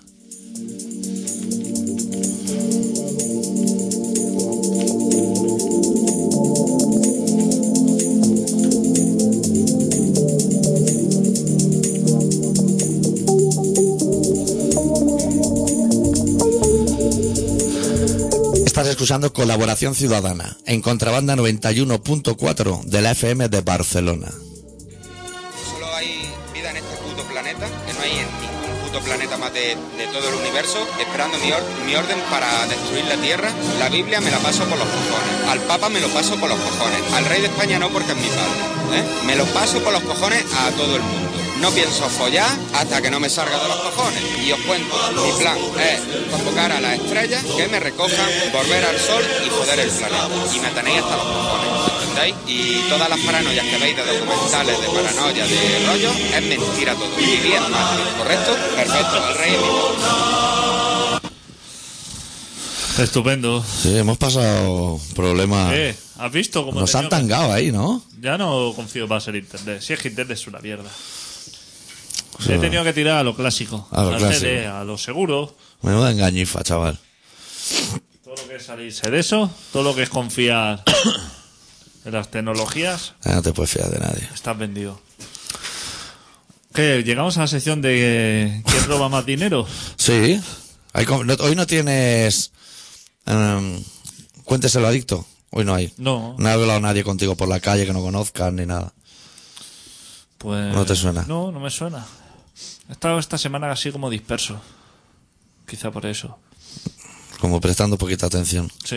Estás escuchando Colaboración Ciudadana en Contrabanda 91.4 de la FM de Barcelona. Solo hay vida en este puto planeta que no hay en ningún puto puto planeta más de, de todo el universo, esperando mi, or- mi orden para destruir la Tierra. La Biblia me la paso por los cojones. Al Papa me lo paso por los cojones. Al Rey de España no porque es mi padre. ¿eh? Me lo paso por los cojones a todo el mundo. No pienso follar hasta que no me salga de los cojones. Y os cuento, mi plan es convocar a las estrellas que me recojan, volver al sol y joder el planeta. Y me tenéis hasta los cojones. ¿entendéis? Y todas las paranoias que veis de documentales, de paranoia, de rollo, es mentira todo. Y bien, madre, ¿correcto? Perfecto, el rey es mi padre. Estupendo. Sí, hemos pasado problemas. Eh, ¿Has visto cómo Nos tenía han que- tangado ahí, ¿no? Ya no confío más en Internet. Si es que Internet es una mierda. He tenido que tirar a lo clásico. A lo la clásico. tele, a lo seguro. Menuda engañifa, chaval. Todo lo que es salirse de eso. Todo lo que es confiar en las tecnologías. Ya no te puedes fiar de nadie. Estás vendido. ¿Qué? Llegamos a la sección de eh, ¿Quién roba más dinero? Sí. Hay com- no- hoy no tienes. em, cuénteselo adicto. Hoy no hay. No. No ha hablado nadie contigo por la calle que no conozcas ni nada. Pues. No te suena. No, no me suena. He estado esta semana así como disperso. Quizá por eso. Como prestando poquita atención. Sí.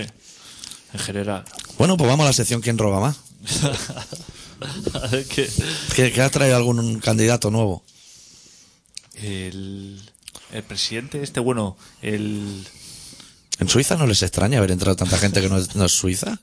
En general. Bueno, pues vamos a la sección ¿Quién roba más? A ver qué. ¿Qué, qué has traído algún candidato nuevo? El, el presidente este, bueno, el... En Suiza no les extraña haber entrado tanta gente que no es, no es suiza.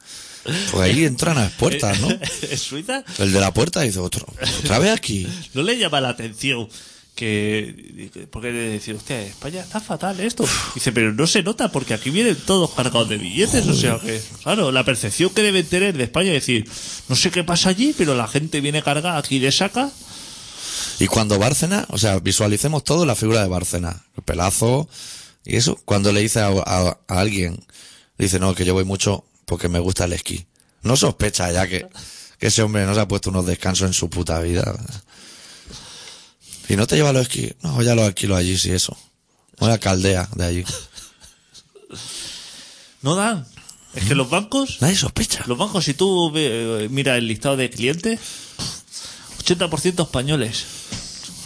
Porque ahí entran a las puertas, ¿no? ¿En Suiza? El de la puerta dice otro. Otra vez aquí. ¿No le llama la atención que... Porque de decir, hostia, España está fatal esto. Dice, pero no se nota porque aquí vienen todos cargados de billetes. O sea que, claro, la percepción que deben tener de España es decir, no sé qué pasa allí, pero la gente viene cargada aquí le saca. Y cuando Bárcena, o sea, visualicemos todo la figura de Bárcena, el pelazo y eso, cuando le dice a, a- a alguien, dice, no, que yo voy mucho porque me gusta el esquí. No sospecha ya que, que ese hombre no se ha puesto unos descansos en su puta vida. Y no te lleva los esquís, no, ya los alquilo allí, sí, eso. Una caldea de allí. No dan. Es ¿Mm? que los bancos... Nadie sospecha. Los bancos, si tú ve- eh, miras el listado de clientes, 80% españoles.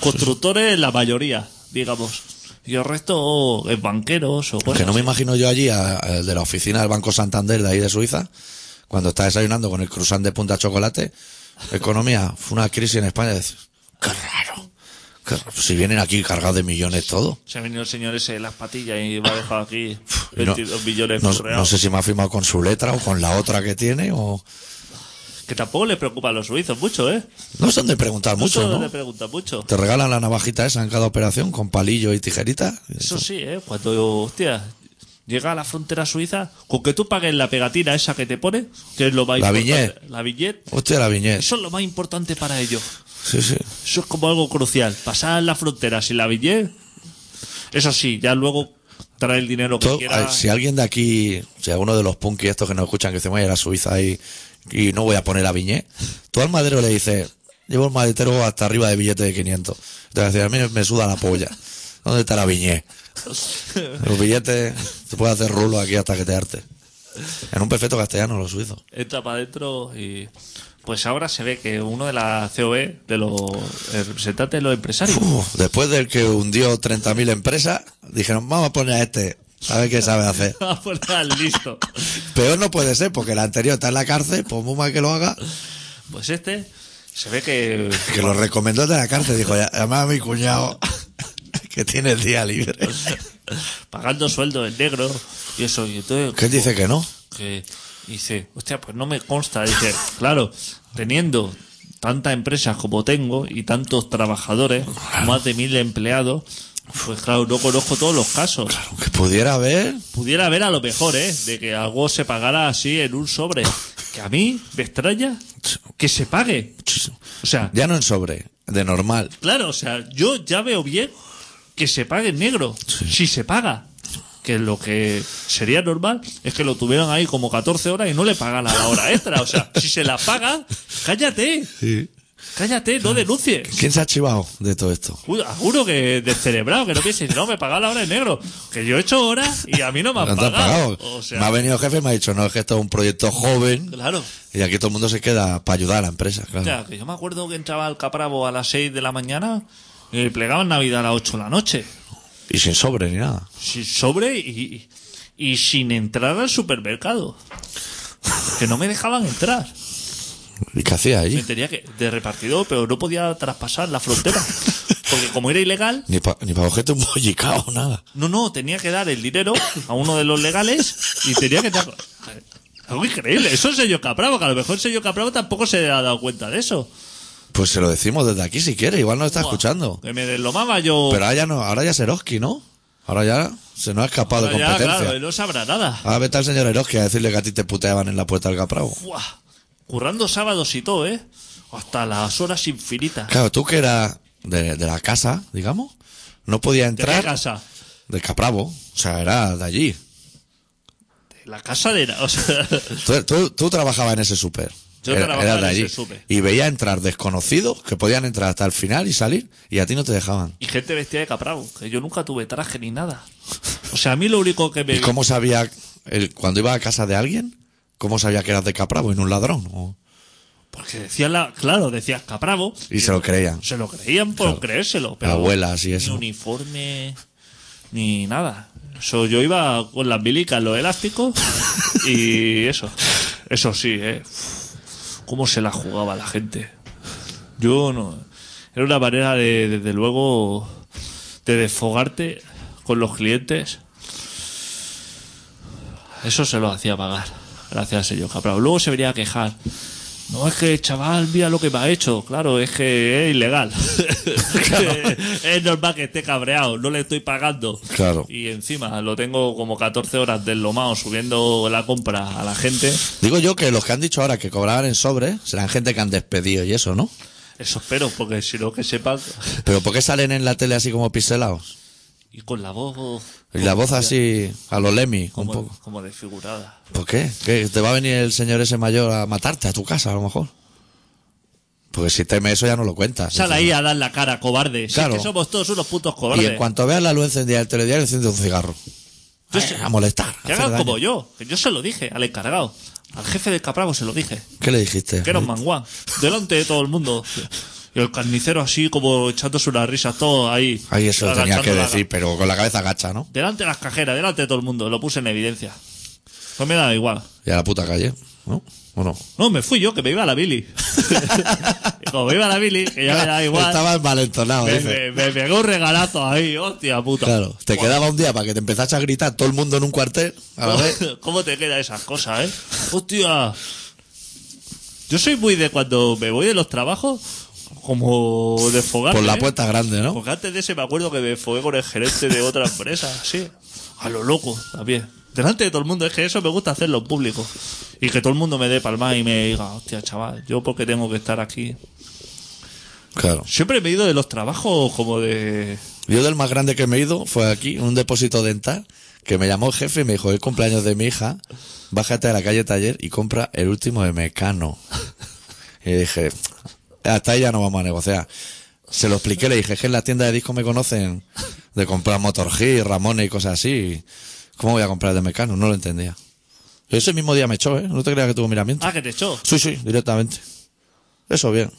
Constructores, la mayoría, digamos. Y el resto oh, es banqueros o Que cosas. no me imagino yo allí, a- al de la oficina del Banco Santander de ahí de Suiza, cuando está desayunando con el cruzán de punta chocolate, economía, fue una crisis en España, dices, qué raro, qué raro, si vienen aquí cargados de millones todo. Se ha venido el señor ese de las patillas y me ha dejado aquí Y no- 22 millones no, correados. no sé si me ha firmado con su letra o con la otra que tiene, o... Que tampoco le preocupa a los suizos mucho, ¿eh? No son de preguntar mucho, Eso ¿no? le pregunta mucho. Te regalan la navajita esa en cada operación con palillo y tijerita. Eso sí, ¿eh? Cuando, hostia, llega a la frontera suiza, con que tú pagues la pegatina esa que te pone, que es lo más La importante. viñet. La viñet. Hostia, la viñez. Eso es lo más importante para ellos. Sí, sí. Eso es como algo crucial. Pasar la frontera sin la billete. Eso sí, ya luego trae el dinero que Todo- quiera. a- eh, si alguien de aquí, si alguno de los punkis estos que nos escuchan que se vaya a la Suiza y, y no voy a poner a Viñé, tú al madero le dices, llevo el maletero hasta arriba de billete de 500. Te va a decir, a mí me suda la polla. ¿Dónde está la Viñé? Los billetes, se puede hacer rulo aquí hasta que te arte. En un perfecto castellano, los suizos. Entra para adentro y. Pues ahora se ve que uno de la COE, E, de los representantes de los empresarios, Uf, después del que hundió 30.000 empresas, dijeron, vamos a poner a este, sabe qué sabe hacer. va a poner al listo. Peor no puede ser, porque el anterior está en la cárcel, pues muy mal que lo haga. Pues este se ve que. Que lo recomendó de la cárcel, dijo, "Ya- llama a mi cuñado que tiene el día libre. pagando sueldo en negro y eso. Y entonces, ¿Qué dice que no? que dice, hostia, pues no me consta. Dice, claro, teniendo tantas empresas como tengo y tantos trabajadores, más de mil empleados, pues claro, no conozco todos los casos. Que pudiera haber, Pudiera haber a lo mejor, ¿eh? De que algo se pagara así en un sobre. Que a mí me extraña que se pague. O sea, ya no en sobre, de normal. Claro, o sea, yo ya veo bien que se pague en negro. Si se paga. Que lo que sería normal es que lo tuvieran ahí como 14 horas y no le pagan a la hora extra. O sea, si se la paga, cállate. Cállate, no denuncies. ¿Quién se ha chivado de todo esto? Uy, Juro que descerebrado, que no pienses, no, me paga la hora en negro. Que yo he hecho horas y a mí no me han No te han pagado. pagado. O me ha sea, venido el jefe y me ha dicho, no, es que esto es un proyecto joven claro. y aquí todo el mundo se queda para ayudar a la empresa, claro. O sea, eh, que yo me acuerdo que entraba al Capravo a las 6 de la mañana y plegaban Navidad a las 8 de la noche. Y sin sobre ni nada. sin sobre y, y sin entrar al supermercado. Que no me dejaban entrar. ¿Y qué hacía Me allí? tenía que de repartidor, pero no podía traspasar la frontera. Porque como era ilegal, Ni para ni pa cogerte un bollicao, nada. no, no, tenía que dar el dinero a uno de los legales y tenía que dar... Algo increíble. Eso es Sello Capravo, que a lo mejor Sello Capravo tampoco se ha dado cuenta de eso. Pues se lo decimos desde aquí si quiere, igual nos está Buah, escuchando. Que me deslomaba yo... Pero ahora ya no, ahora ya es Eroski, ¿no? Ahora ya se nos ha escapado de ya, competencia. claro, él no sabrá nada. Ahora vete al señor Eroski a decirle que a ti te puteaban en la puerta del Capravo. Buah, currando sábados y todo, ¿eh? Hasta las horas infinitas. Claro, tú que eras de, de la casa, digamos, no podías ¿De qué entrar casa? del Capravo. O sea, era de allí. De la casa de... la- O sea, Tú, tú- tú trabajabas en ese súper. Yo Era- trabajaba eras de en ese allí. súper. Y veía entrar desconocidos que podían entrar hasta el final y salir, y a ti no te dejaban. y gente vestida de capravo, que yo nunca tuve traje ni nada. O sea, a mí lo único que me... ¿Y cómo sabía, el, cuando ibas a casa de alguien, cómo sabía que eras de Capravo y no un ladrón? O- Porque decían la... Claro, decías capravo. y se lo creían. Se lo creían por Claro. creérselo. Pero Abuelas y eso. Ni uniforme, ni nada. Eso, yo iba con las milicas, los elásticos y eso. Eso sí, ¿eh? Uf, ¿Cómo se la jugaba la gente? Yo no. Era una manera de, desde luego, de desfogarte con los clientes. Eso se lo hacía pagar. Gracias, señor Caprao. Luego se venía a quejar. No, es que, chaval, mira lo que me ha hecho. Claro, es que es ilegal. es normal que esté cabreado. No le estoy pagando. Claro. Y encima lo tengo como 14 horas deslomado subiendo la compra a la gente. Digo yo que los que han dicho ahora que cobraban en sobre serán gente que han despedido y eso, ¿no? Eso espero, porque si no, que sepan. Pero ¿por qué salen en la tele así como pixelados? Y con la voz Y la voz así a lo Lemmy, un como, poco. como desfigurada. ¿Por qué? ¿Que ¿Te va a venir el señor ese mayor a matarte a tu casa, a lo mejor? Porque si teme eso ya no lo cuentas. Sal ahí a dar la cara, cobarde. Si es Pues Claro. que somos todos unos putos y cobardes. en cuanto veas la luz encendida del telediario, enciende un cigarro. Eh, a molestar. a Que hacer hagan daño. como yo, que yo se lo dije al encargado. Al jefe de Capravo se lo dije. ¿Qué le dijiste? que era un manguán, delante de todo el mundo. Y el carnicero así como echándose unas risas, todo ahí. Ay, eso lo tenía agachando que la- decir, pero con la cabeza gacha, ¿no? Delante de las cajeras, delante de todo el mundo, lo puse en evidencia. No me daba igual. Y a la puta calle, ¿no? ¿O no? No, me fui yo, que me iba a la Billy. Y como me iba a la Billy, que ya me daba igual. Estabas malentonado, Me, Ah, dice. me- me pegó un regalazo ahí, hostia puta. Claro, te Buah, quedaba un día para que te empezase a gritar todo el mundo en un cuartel a la vez. ¿Cómo, cómo te quedan esas cosas, eh? Hostia. Yo soy muy de cuando me voy de los trabajos, como desfogar. Por la puerta grande, ¿no? Porque antes de ese me acuerdo que me fue con el gerente de otra empresa, sí. A lo loco, también. Delante de todo el mundo, es que eso me gusta hacerlo en público. Y que todo el mundo me dé palmas y me diga, hostia, chaval, yo porque tengo que estar aquí. Claro. Siempre me he ido de los trabajos como de. Yo del más grande que me he ido fue aquí, en un depósito dental, que me llamó el jefe y me dijo, el cumpleaños de mi hija, bájate a la calle taller y compra el último de Mecano. Y dije, hasta ahí ya no vamos a negociar. Se lo expliqué, le dije, es que en la tienda de discos me conocen de comprar Motor G, Ramones y cosas así. ¿Cómo voy a comprar el de Mecano? No lo entendía. Ese mismo día me echó, ¿eh? No te creas que tuvo miramiento. Ah, que te echó. Sí, sí, directamente. Eso bien.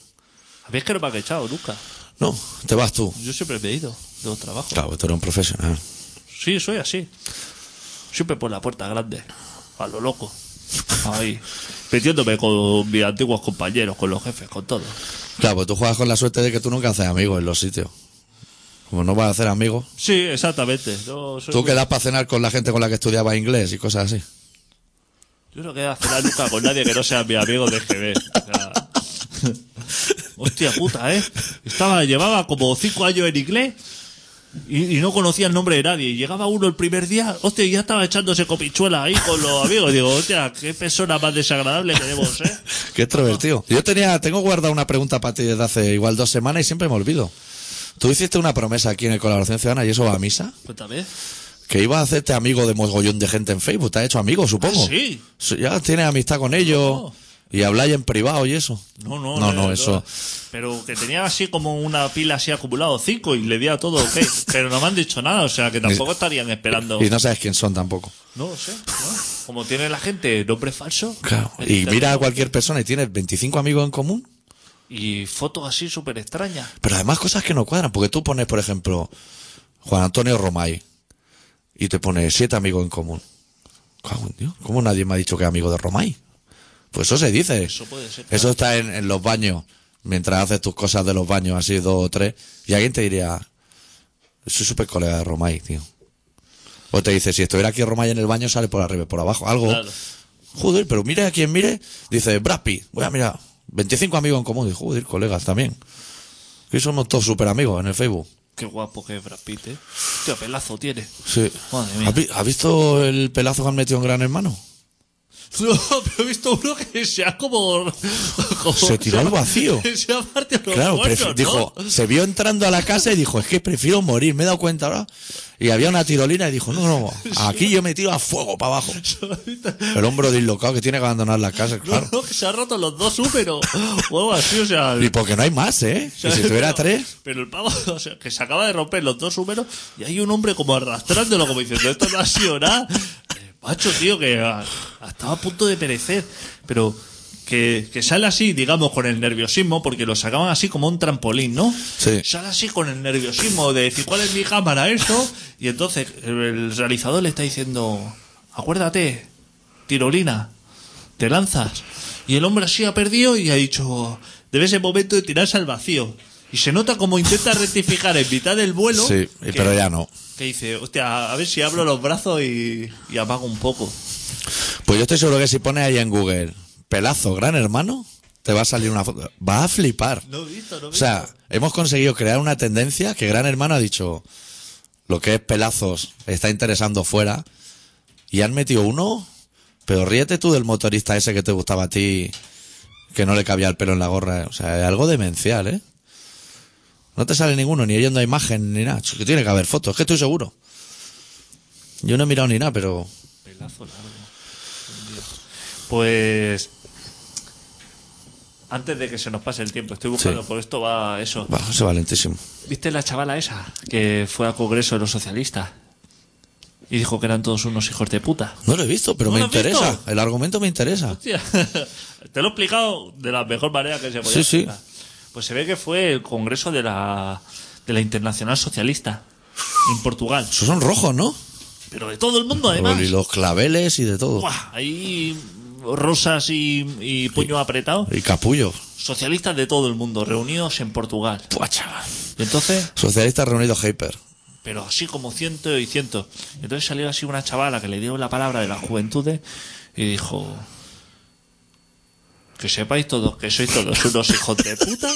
A mí es que no me ha echado nunca. No, te vas tú. Yo siempre me he ido de los trabajos. Claro, tú eres un profesional. Sí, soy así. Siempre por la puerta grande. A lo loco. Ahí. Metiéndome con mis antiguos compañeros, con los jefes, con todos. Claro, pues tú juegas con la suerte de que tú nunca haces amigos en los sitios. Como no vas a hacer amigos, Sí, exactamente. Yo, soy tú muy- quedas para cenar con la gente con la que estudiaba inglés y cosas así. Yo no quedo a cenar nunca con nadie que no sea mi amigo de GB. O sea, Hostia puta, ¿eh? Estaba, llevaba como cinco años en inglés y, y no conocía el nombre de nadie. Y Llegaba uno el primer día, hostia, y ya estaba echándose copichuela ahí con los amigos. Digo, hostia, qué persona más desagradable tenemos, ¿eh? Qué extrovertido. Yo tenía, tengo guardada una pregunta para ti desde hace igual dos semanas y siempre me olvido. Tú hiciste una promesa aquí en el Colaboración Ciudadana y eso va a misa, Cuéntame. que ibas a hacerte amigo de mogollón de gente en Facebook. Te has hecho amigo, supongo. Ah, sí. Ya tienes amistad con ellos No. y habláis en privado y eso. No, no, No, no, eso. Pero que tenía así como una pila así acumulado, cinco, y le di a todo, ok. Pero no me han dicho nada, o sea, que tampoco estarían esperando. Y no sabes quién son tampoco. No lo sé. ¿no? Como tiene la gente nombre falso. Claro. en Y internet, mira a cualquier persona y tienes 25 amigos en común. Y fotos así súper extrañas. Pero además cosas que no cuadran, porque tú pones, por ejemplo, Juan Antonio Romay. Y te pone siete amigos en común. Cago en Dios, ¿Cómo nadie me ha dicho que es amigo de Romay? Pues eso se dice. Eso puede ser. Eso está en, en los baños. Mientras haces tus cosas de los baños, así dos o tres. Y alguien te diría, soy súper colega de Romay, tío. O te dice, si estuviera aquí Romay en el baño, sale por arriba y por abajo. Algo. Claro. Joder, pero mire a quien mire. Dice, Brad Pitt. Voy a mirar. 25 amigos en común. Dice, joder, colegas también. Que somos todos súper amigos en el Facebook. Qué guapo que es Brad Pitt, ¿eh? Qué pelazo tiene. Sí. Madre mía. ¿Has, vi- has visto el pelazo que han metido en Gran Hermano? No, pero he visto uno que se ha como. como- Se tiró al vacío. Se ha partido los Claro, huesos, prefi- ¿no? dijo, se vio entrando a la casa y dijo, es que prefiero morir, me he dado cuenta ahora. Y había una tirolina y dijo, no, no, aquí yo me tiro a fuego para abajo. El hombro dislocado que tiene que abandonar la casa, claro. No, que se ha roto los dos húmeros. O algo así, o sea. Y porque no hay más, ¿eh? o Que sea, si tuviera no, tres, Pero el pavo, o sea, que se acaba de romper los dos húmeros y hay un hombre como arrastrándolo, como diciendo, esto no ha sido nada. Eh, Macho, tío, que ha- ha estado a punto de perecer. Pero que, que sale así, digamos, con el nerviosismo, porque lo sacaban así como un trampolín, ¿no? Sí. Sale así con el nerviosismo de decir, ¿cuál es mi cámara? Eso. Y entonces el realizador le está diciendo, acuérdate, tirolina, te lanzas. Y el hombre así ha perdido y ha dicho, debe ese momento de tirarse al vacío. Y se nota como intenta rectificar en mitad del vuelo. sí, y- que- pero ya no. Que dice, hostia, a ver si abro los brazos y, y apago un poco. Pues yo estoy seguro que si pones ahí en Google, pelazo, gran hermano, te va a salir una foto. Va a flipar. No he visto, no he O sea, hemos conseguido crear una tendencia que Gran Hermano ha dicho lo que es pelazos está interesando fuera y han metido uno, pero ríete tú del motorista ese que te gustaba a ti, que no le cabía el pelo en la gorra. O sea, es algo demencial, ¿eh? No te sale ninguno, ni yendo a imagen, ni nada. Que tiene que haber fotos, es que estoy seguro. Yo no he mirado ni nada, pero Pelazo largo. Dios. Pues. Antes de que se nos pase el tiempo, estoy buscando, Sí. por esto va eso. va, se va lentísimo. ¿Viste la chavala esa que fue al Congreso de los Socialistas? Y dijo que eran todos unos hijos de puta. No lo he visto, pero ¿No me lo has interesa. visto? El argumento me interesa. Hostia, te lo he explicado de la mejor manera que se podía Sí, sí. explicar. Pues se ve que fue el Congreso de la, de la Internacional Socialista en Portugal. Esos son rojos, ¿no? Pero de todo el mundo, además. Y los claveles y de todo. Buah, Ahí rosas y, y puño apretado. Y capullo. Socialistas de todo el mundo reunidos en Portugal. Buah, chaval. Y entonces, Socialistas reunidos Hyper. pero así como cientos y cientos. Entonces salió así una chavala que le dio la palabra de las juventudes y dijo... Que sepáis todos que sois todos unos hijos de puta.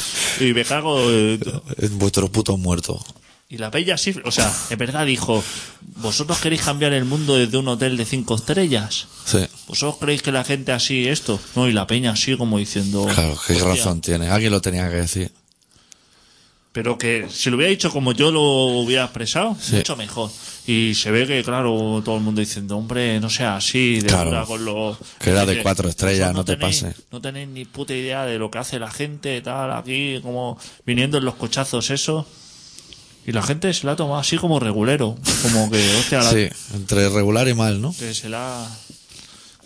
y me cago... en- En vuestros putos muertos. Y la bella sí... O sea, en verdad dijo... ¿Vosotros queréis cambiar el mundo desde un hotel de cinco estrellas? Sí. ¿Vosotros creéis que la gente así esto? No, y la peña así como diciendo... Claro, qué "Hostia". razón tiene. Alguien lo tenía que decir. Pero que si lo hubiera dicho como yo lo hubiera expresado, mucho mejor. Y se ve que, claro, todo el mundo diciendo, hombre, no sea así, de Claro. verdad, con lo... Que era de que cuatro estrellas, vosotros no te tenéis- pases. No tenéis ni puta idea de lo que hace la gente, tal, aquí, como viniendo en los cochazos, eso. Y la gente se la ha tomado así como regulero, como que, hostia, la- Sí, entre regular y mal, ¿no? que se la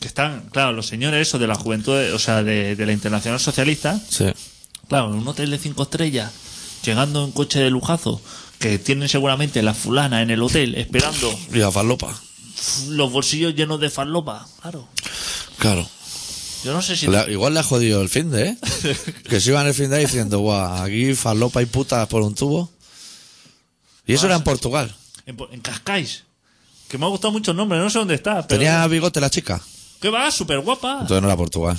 que están claro los señores esos de la juventud o sea de, de la internacional socialista Sí. claro en un hotel de cinco estrellas llegando en coche de lujazo que tienen seguramente la fulana en el hotel esperando Y la falopa. pf, los bolsillos llenos de farlopa claro Claro. yo no sé si Le- igual le ha jodido el fin de, ¿eh? que se iban el fin de diciendo, guau, aquí falopa y putas por un tubo. Y eso era en Portugal. en, en Cascais que me ha gustado mucho el nombre no sé dónde está pero Tenía bigote la chica. que va súper guapa Entonces no era Portugal.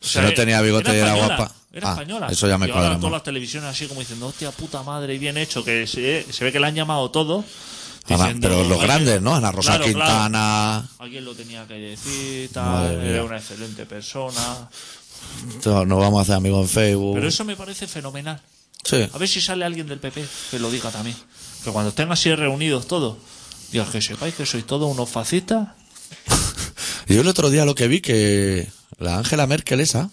Si no tenía bigote y era guapa. Era Ah, española. Eso ya me y ahora cuadra todas más. las televisiones así como diciendo, hostia puta madre, bien hecho, que se, se ve que la han llamado todo. Además, diciendo, pero los "Oye, grandes, ¿no? Ana Rosa claro, claro, Quintana. Alguien lo tenía que decir, Madre tal, mía. era una excelente persona. No, Nos vamos a hacer amigos en Facebook. Pero eso me parece fenomenal. Sí. A ver si sale alguien del PP que lo diga también. Que cuando estén así reunidos todos, digas que sepáis que sois todos unos fascistas. Yo el otro día lo que vi que la Ángela Merkel esa,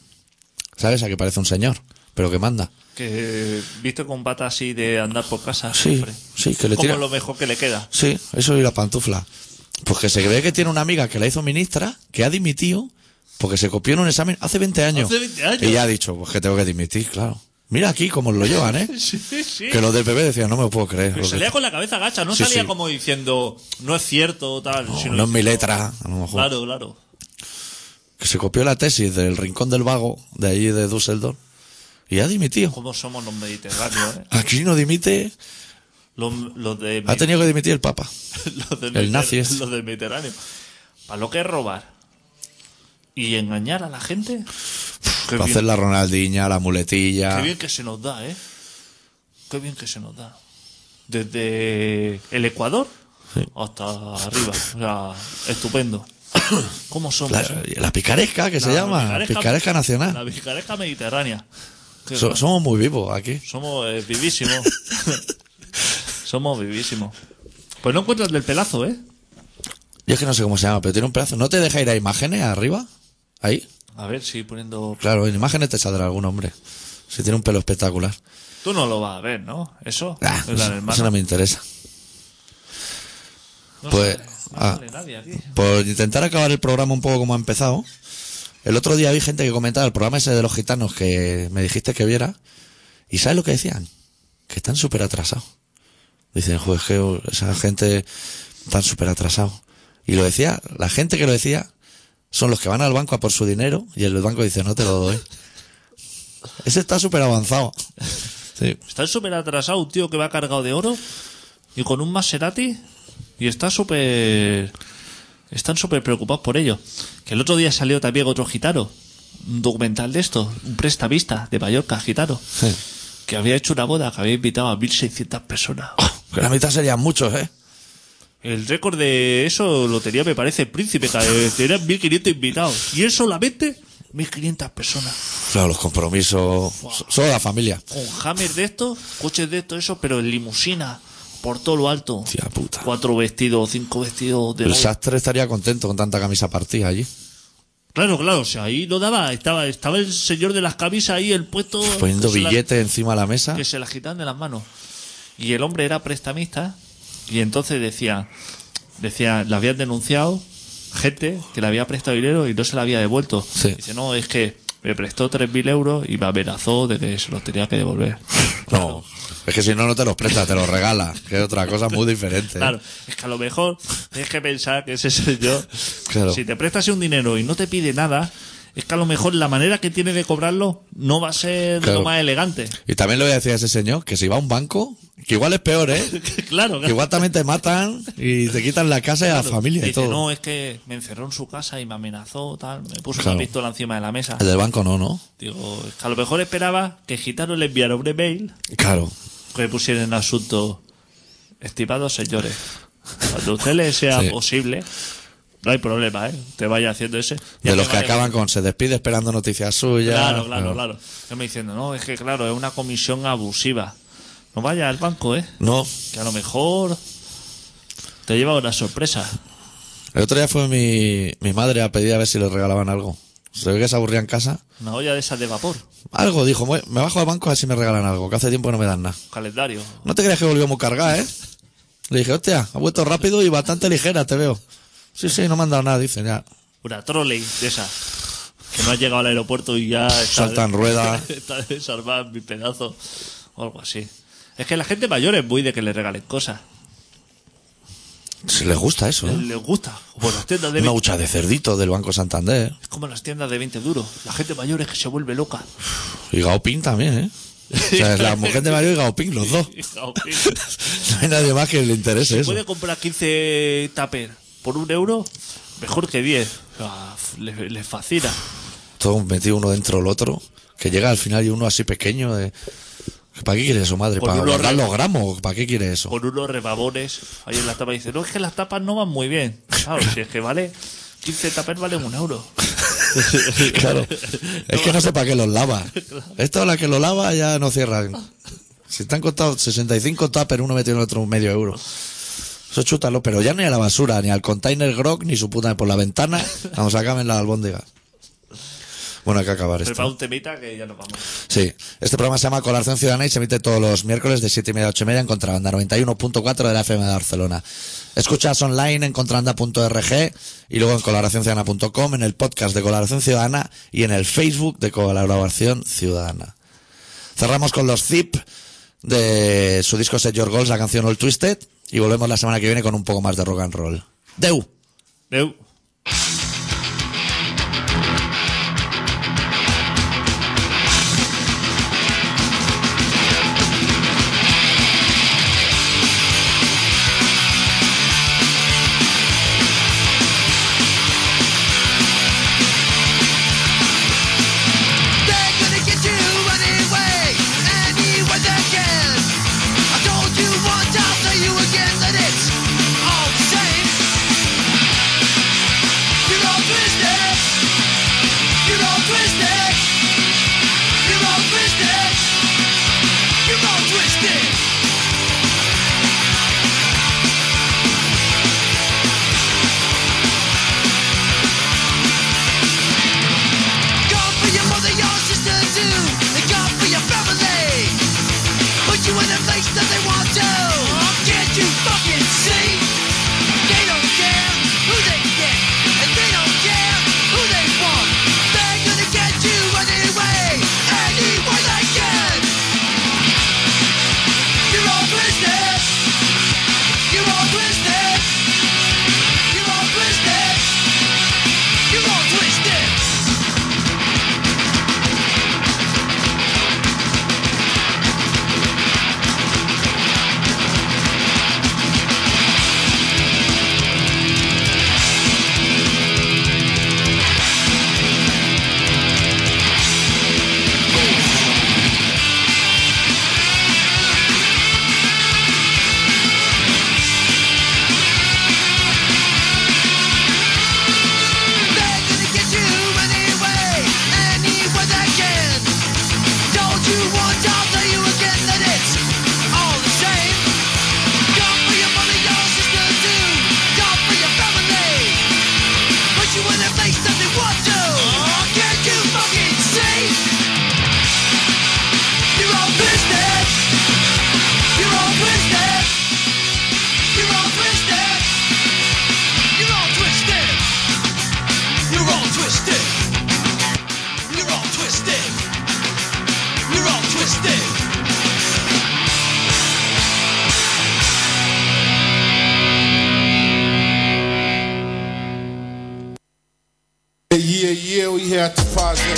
¿sabes? A que parece un señor, pero que manda. Que viste con bata así de andar por casa Sí, siempre. sí, que le Como tira- lo mejor que le queda. Sí, eso y la pantufla. Pues que se ve que tiene una amiga que la hizo ministra, que ha dimitido porque se copió en un examen hace 20 años. Hace 20 años. Y ya ha dicho, pues que tengo que dimitir, claro. Mira aquí cómo lo llevan, ¿eh? Sí, sí. Que los del PP decían, no me lo puedo creer. Pero lo que- salía con la cabeza gacha, no Sí, salía sí. como diciendo, no es cierto, tal. no, sino no es mi diciendo- letra, a lo mejor. Claro, claro. Que se copió la tesis del Rincón del Vago, de allí de Düsseldorf, y ha dimitido. ¿Cómo somos los mediterráneos, eh? Aquí no dimite, Los, los de. ha tenido que dimitir el Papa. los del el Mediter- nazi es. Los del Mediterráneo. Para lo que es robar y engañar a la gente. Qué Para bien, hacer la Ronaldiña, la qué muletilla. bien que se nos da, ¿eh? Qué bien que se nos da. Desde el Ecuador hasta arriba. O sea, estupendo. ¿Cómo somos? La, eh? la picaresca, que se llama. Picaresca, nacional. La picaresca mediterránea. Qué So- grande. somos muy vivos aquí. Somos eh, vivísimos. Somos vivísimos. Pues no encuentras del pelazo, ¿eh? Yo es que no sé cómo se llama, pero tiene un pedazo. ¿No te deja ir a imágenes arriba? Ahí. A ver si poniendo. Claro, en imágenes te saldrá algún hombre. Si tiene un pelo espectacular. Tú no lo vas a ver, ¿no? Eso. Ah, es la del eso no mar. me interesa. No pues, sale, no ah. sale nadie aquí. Por intentar acabar el programa un poco como ha empezado, el otro día vi gente que comentaba el programa ese de los gitanos que me dijiste que viera, y ¿sabes lo que decían? Que están súper atrasados. Dicen, joder, que esa gente están súper atrasados. Y lo decía, la gente que lo decía son los que van al banco a por su dinero y el banco dice, no te lo doy. Ese está súper avanzado. Sí. Está súper atrasado un tío que va cargado de oro y con un Maserati y está súper... Están súper preocupados por ello. Que el otro día salió también otro gitano, un documental de esto, un prestavista de Mallorca gitano, que había hecho una boda que había invitado a 1.600 personas. Que la mitad serían muchos, ¿eh? El récord de eso lo tenía, me parece, el príncipe, que eh, tenían 1.500 invitados. Y él solamente 1.500 personas. Claro, los compromisos. so- Solo la familia. Con hammers de estos, coches de estos, eso, pero en limusina, por todo lo alto. Tía puta. cuatro vestidos, cinco vestidos de Pues, El gol. sastre estaría contento con tanta camisa partida allí. Claro, claro, o sea, ahí no daba, estaba, estaba el señor de las camisas ahí, el puesto Poniendo que pues se la- billetes encima de la mesa. que se la agitan de las manos. Y el hombre era prestamista y entonces decía, decía, le habían denunciado gente que le había prestado dinero y no se la había devuelto. Sí. Dice, no, es que me prestó 3.000 euros y me amenazó de que se los tenía que devolver. No, es que si no, no te los presta, te los regala. Que es otra cosa muy diferente. ¿eh? Claro, es que a lo mejor tienes que pensar que ese soy yo. Claro. Si te prestas un dinero y no te pide nada, es que a lo mejor la manera que tiene de cobrarlo no va a ser Claro. lo más elegante. Y también le voy a decir a ese señor que si va a un banco, que igual es peor, ¿eh? claro, Que igual también te matan y te quitan la casa y la familia y Dice, todo. no, es que me encerró en su casa y me amenazó, tal, me puso Claro. una pistola encima de la mesa. El del banco no, ¿no? Digo, es que a lo mejor esperaba que Gitano le enviara un email Claro. que pusiera en asunto, estimados señores, cuando a usted le sea Sí. posible, no hay problema, ¿eh? Te vaya haciendo ese. Ya De los te que vale acaban con se despide esperando noticias suyas. Claro, claro, claro. Yo me diciendo, no, es que claro, es una comisión abusiva. No vaya al banco, ¿eh? No, Que a lo mejor te lleva una sorpresa. el otro día fue mi, mi madre a pedir a ver si le regalaban algo. Se ve que se aburría en casa. Una olla de esas de vapor, Algo, dijo, "Mue- me bajo al banco a ver si me regalan algo, que hace tiempo que no me dan nada. un calendario. No te creas que volvió muy cargada, ¿eh? Le dije, hostia, ha vuelto rápido y bastante ligera, te veo. Sí, sí, no me han dado nada, dicen ya. Una trolley de esas. Que no has llegado al aeropuerto y ya está, Saltan ruedas. está desarmada en mi pedazo. O algo así. Es que la gente mayor es muy de que le regalen cosas. Si les gusta eso, ¿eh? Les gusta. Como las tiendas de Una 20 hucha de cerdito del Banco Santander. es como las tiendas de 20 duros. La gente mayor es que se vuelve loca. Y Gaopín también, ¿eh? O sea, es la mujer de Mario y Gaopín, los dos. No hay nadie más que le interese eso. puede comprar 15 tupper por un euro, mejor que 10. Ah, f- le- les fascina. Todo metido uno dentro del otro. Que llega al final y uno así pequeño de... ¿Para qué quiere eso, madre? Con ¿Para unos guardar re- los gramos? ¿Para qué quiere eso? Con unos rebabones ahí en la tapa. Dice, no, es que las tapas no van muy bien. Claro, si es que vale 15 tupper valen un euro. Claro. Es que no sé para qué los lava. Esta la que lo lava ya no cierran. Si te han costado 65 tupper, uno metido en otro medio euro. Eso chútalo, pero ya ni a la basura, ni al container grog, ni su puta por la ventana. Vamos, acaben las albóndigas. Bueno, hay que acabar esto. Prepara un temita que ya nos vamos. Sí, este programa se llama Colación Ciudadana y se emite todos los miércoles de 7 y media a 8 y media en Contrabanda 91.4 de la FM de Barcelona. Escuchas online en contrabanda.org y luego en colaboracionciudadana.com, en el podcast de Colaboración Ciudadana y en el Facebook de Colaboración Ciudadana. Cerramos con los Zip de su disco Set Your Goals, la canción All Twisted. Y volvemos la semana que viene con un poco más de rock and roll. Deu. Deu. They're gonna get you anyway, anyway they can. I told you once, I'll tell you again that it's all the same. You're all twisted. You're all twisted. You're all twisted. You're all twisted. Gone for your mother, your sister too. They gone for your family. Put you in a place that they want to. Can't you fucking see? They don't care who they get, and they don't care who they want. They're gonna get you anyway, any way they can. You're all twisted. You're all twisted. You're all twisted. You're all twisted. They're gonna get you anyway, anyway they can. Don't you want? I'll tell you again that it's all the same. Gone for your mother, your sister too. Gone for your family. Put you in a place that they want to. Can't you fucking see? You're all twisted. You're all twisted. You're all twisted. You're all twisted. You're all twisted. You're all twisted. You're all twisted. Yeah, yeah, we here at the project.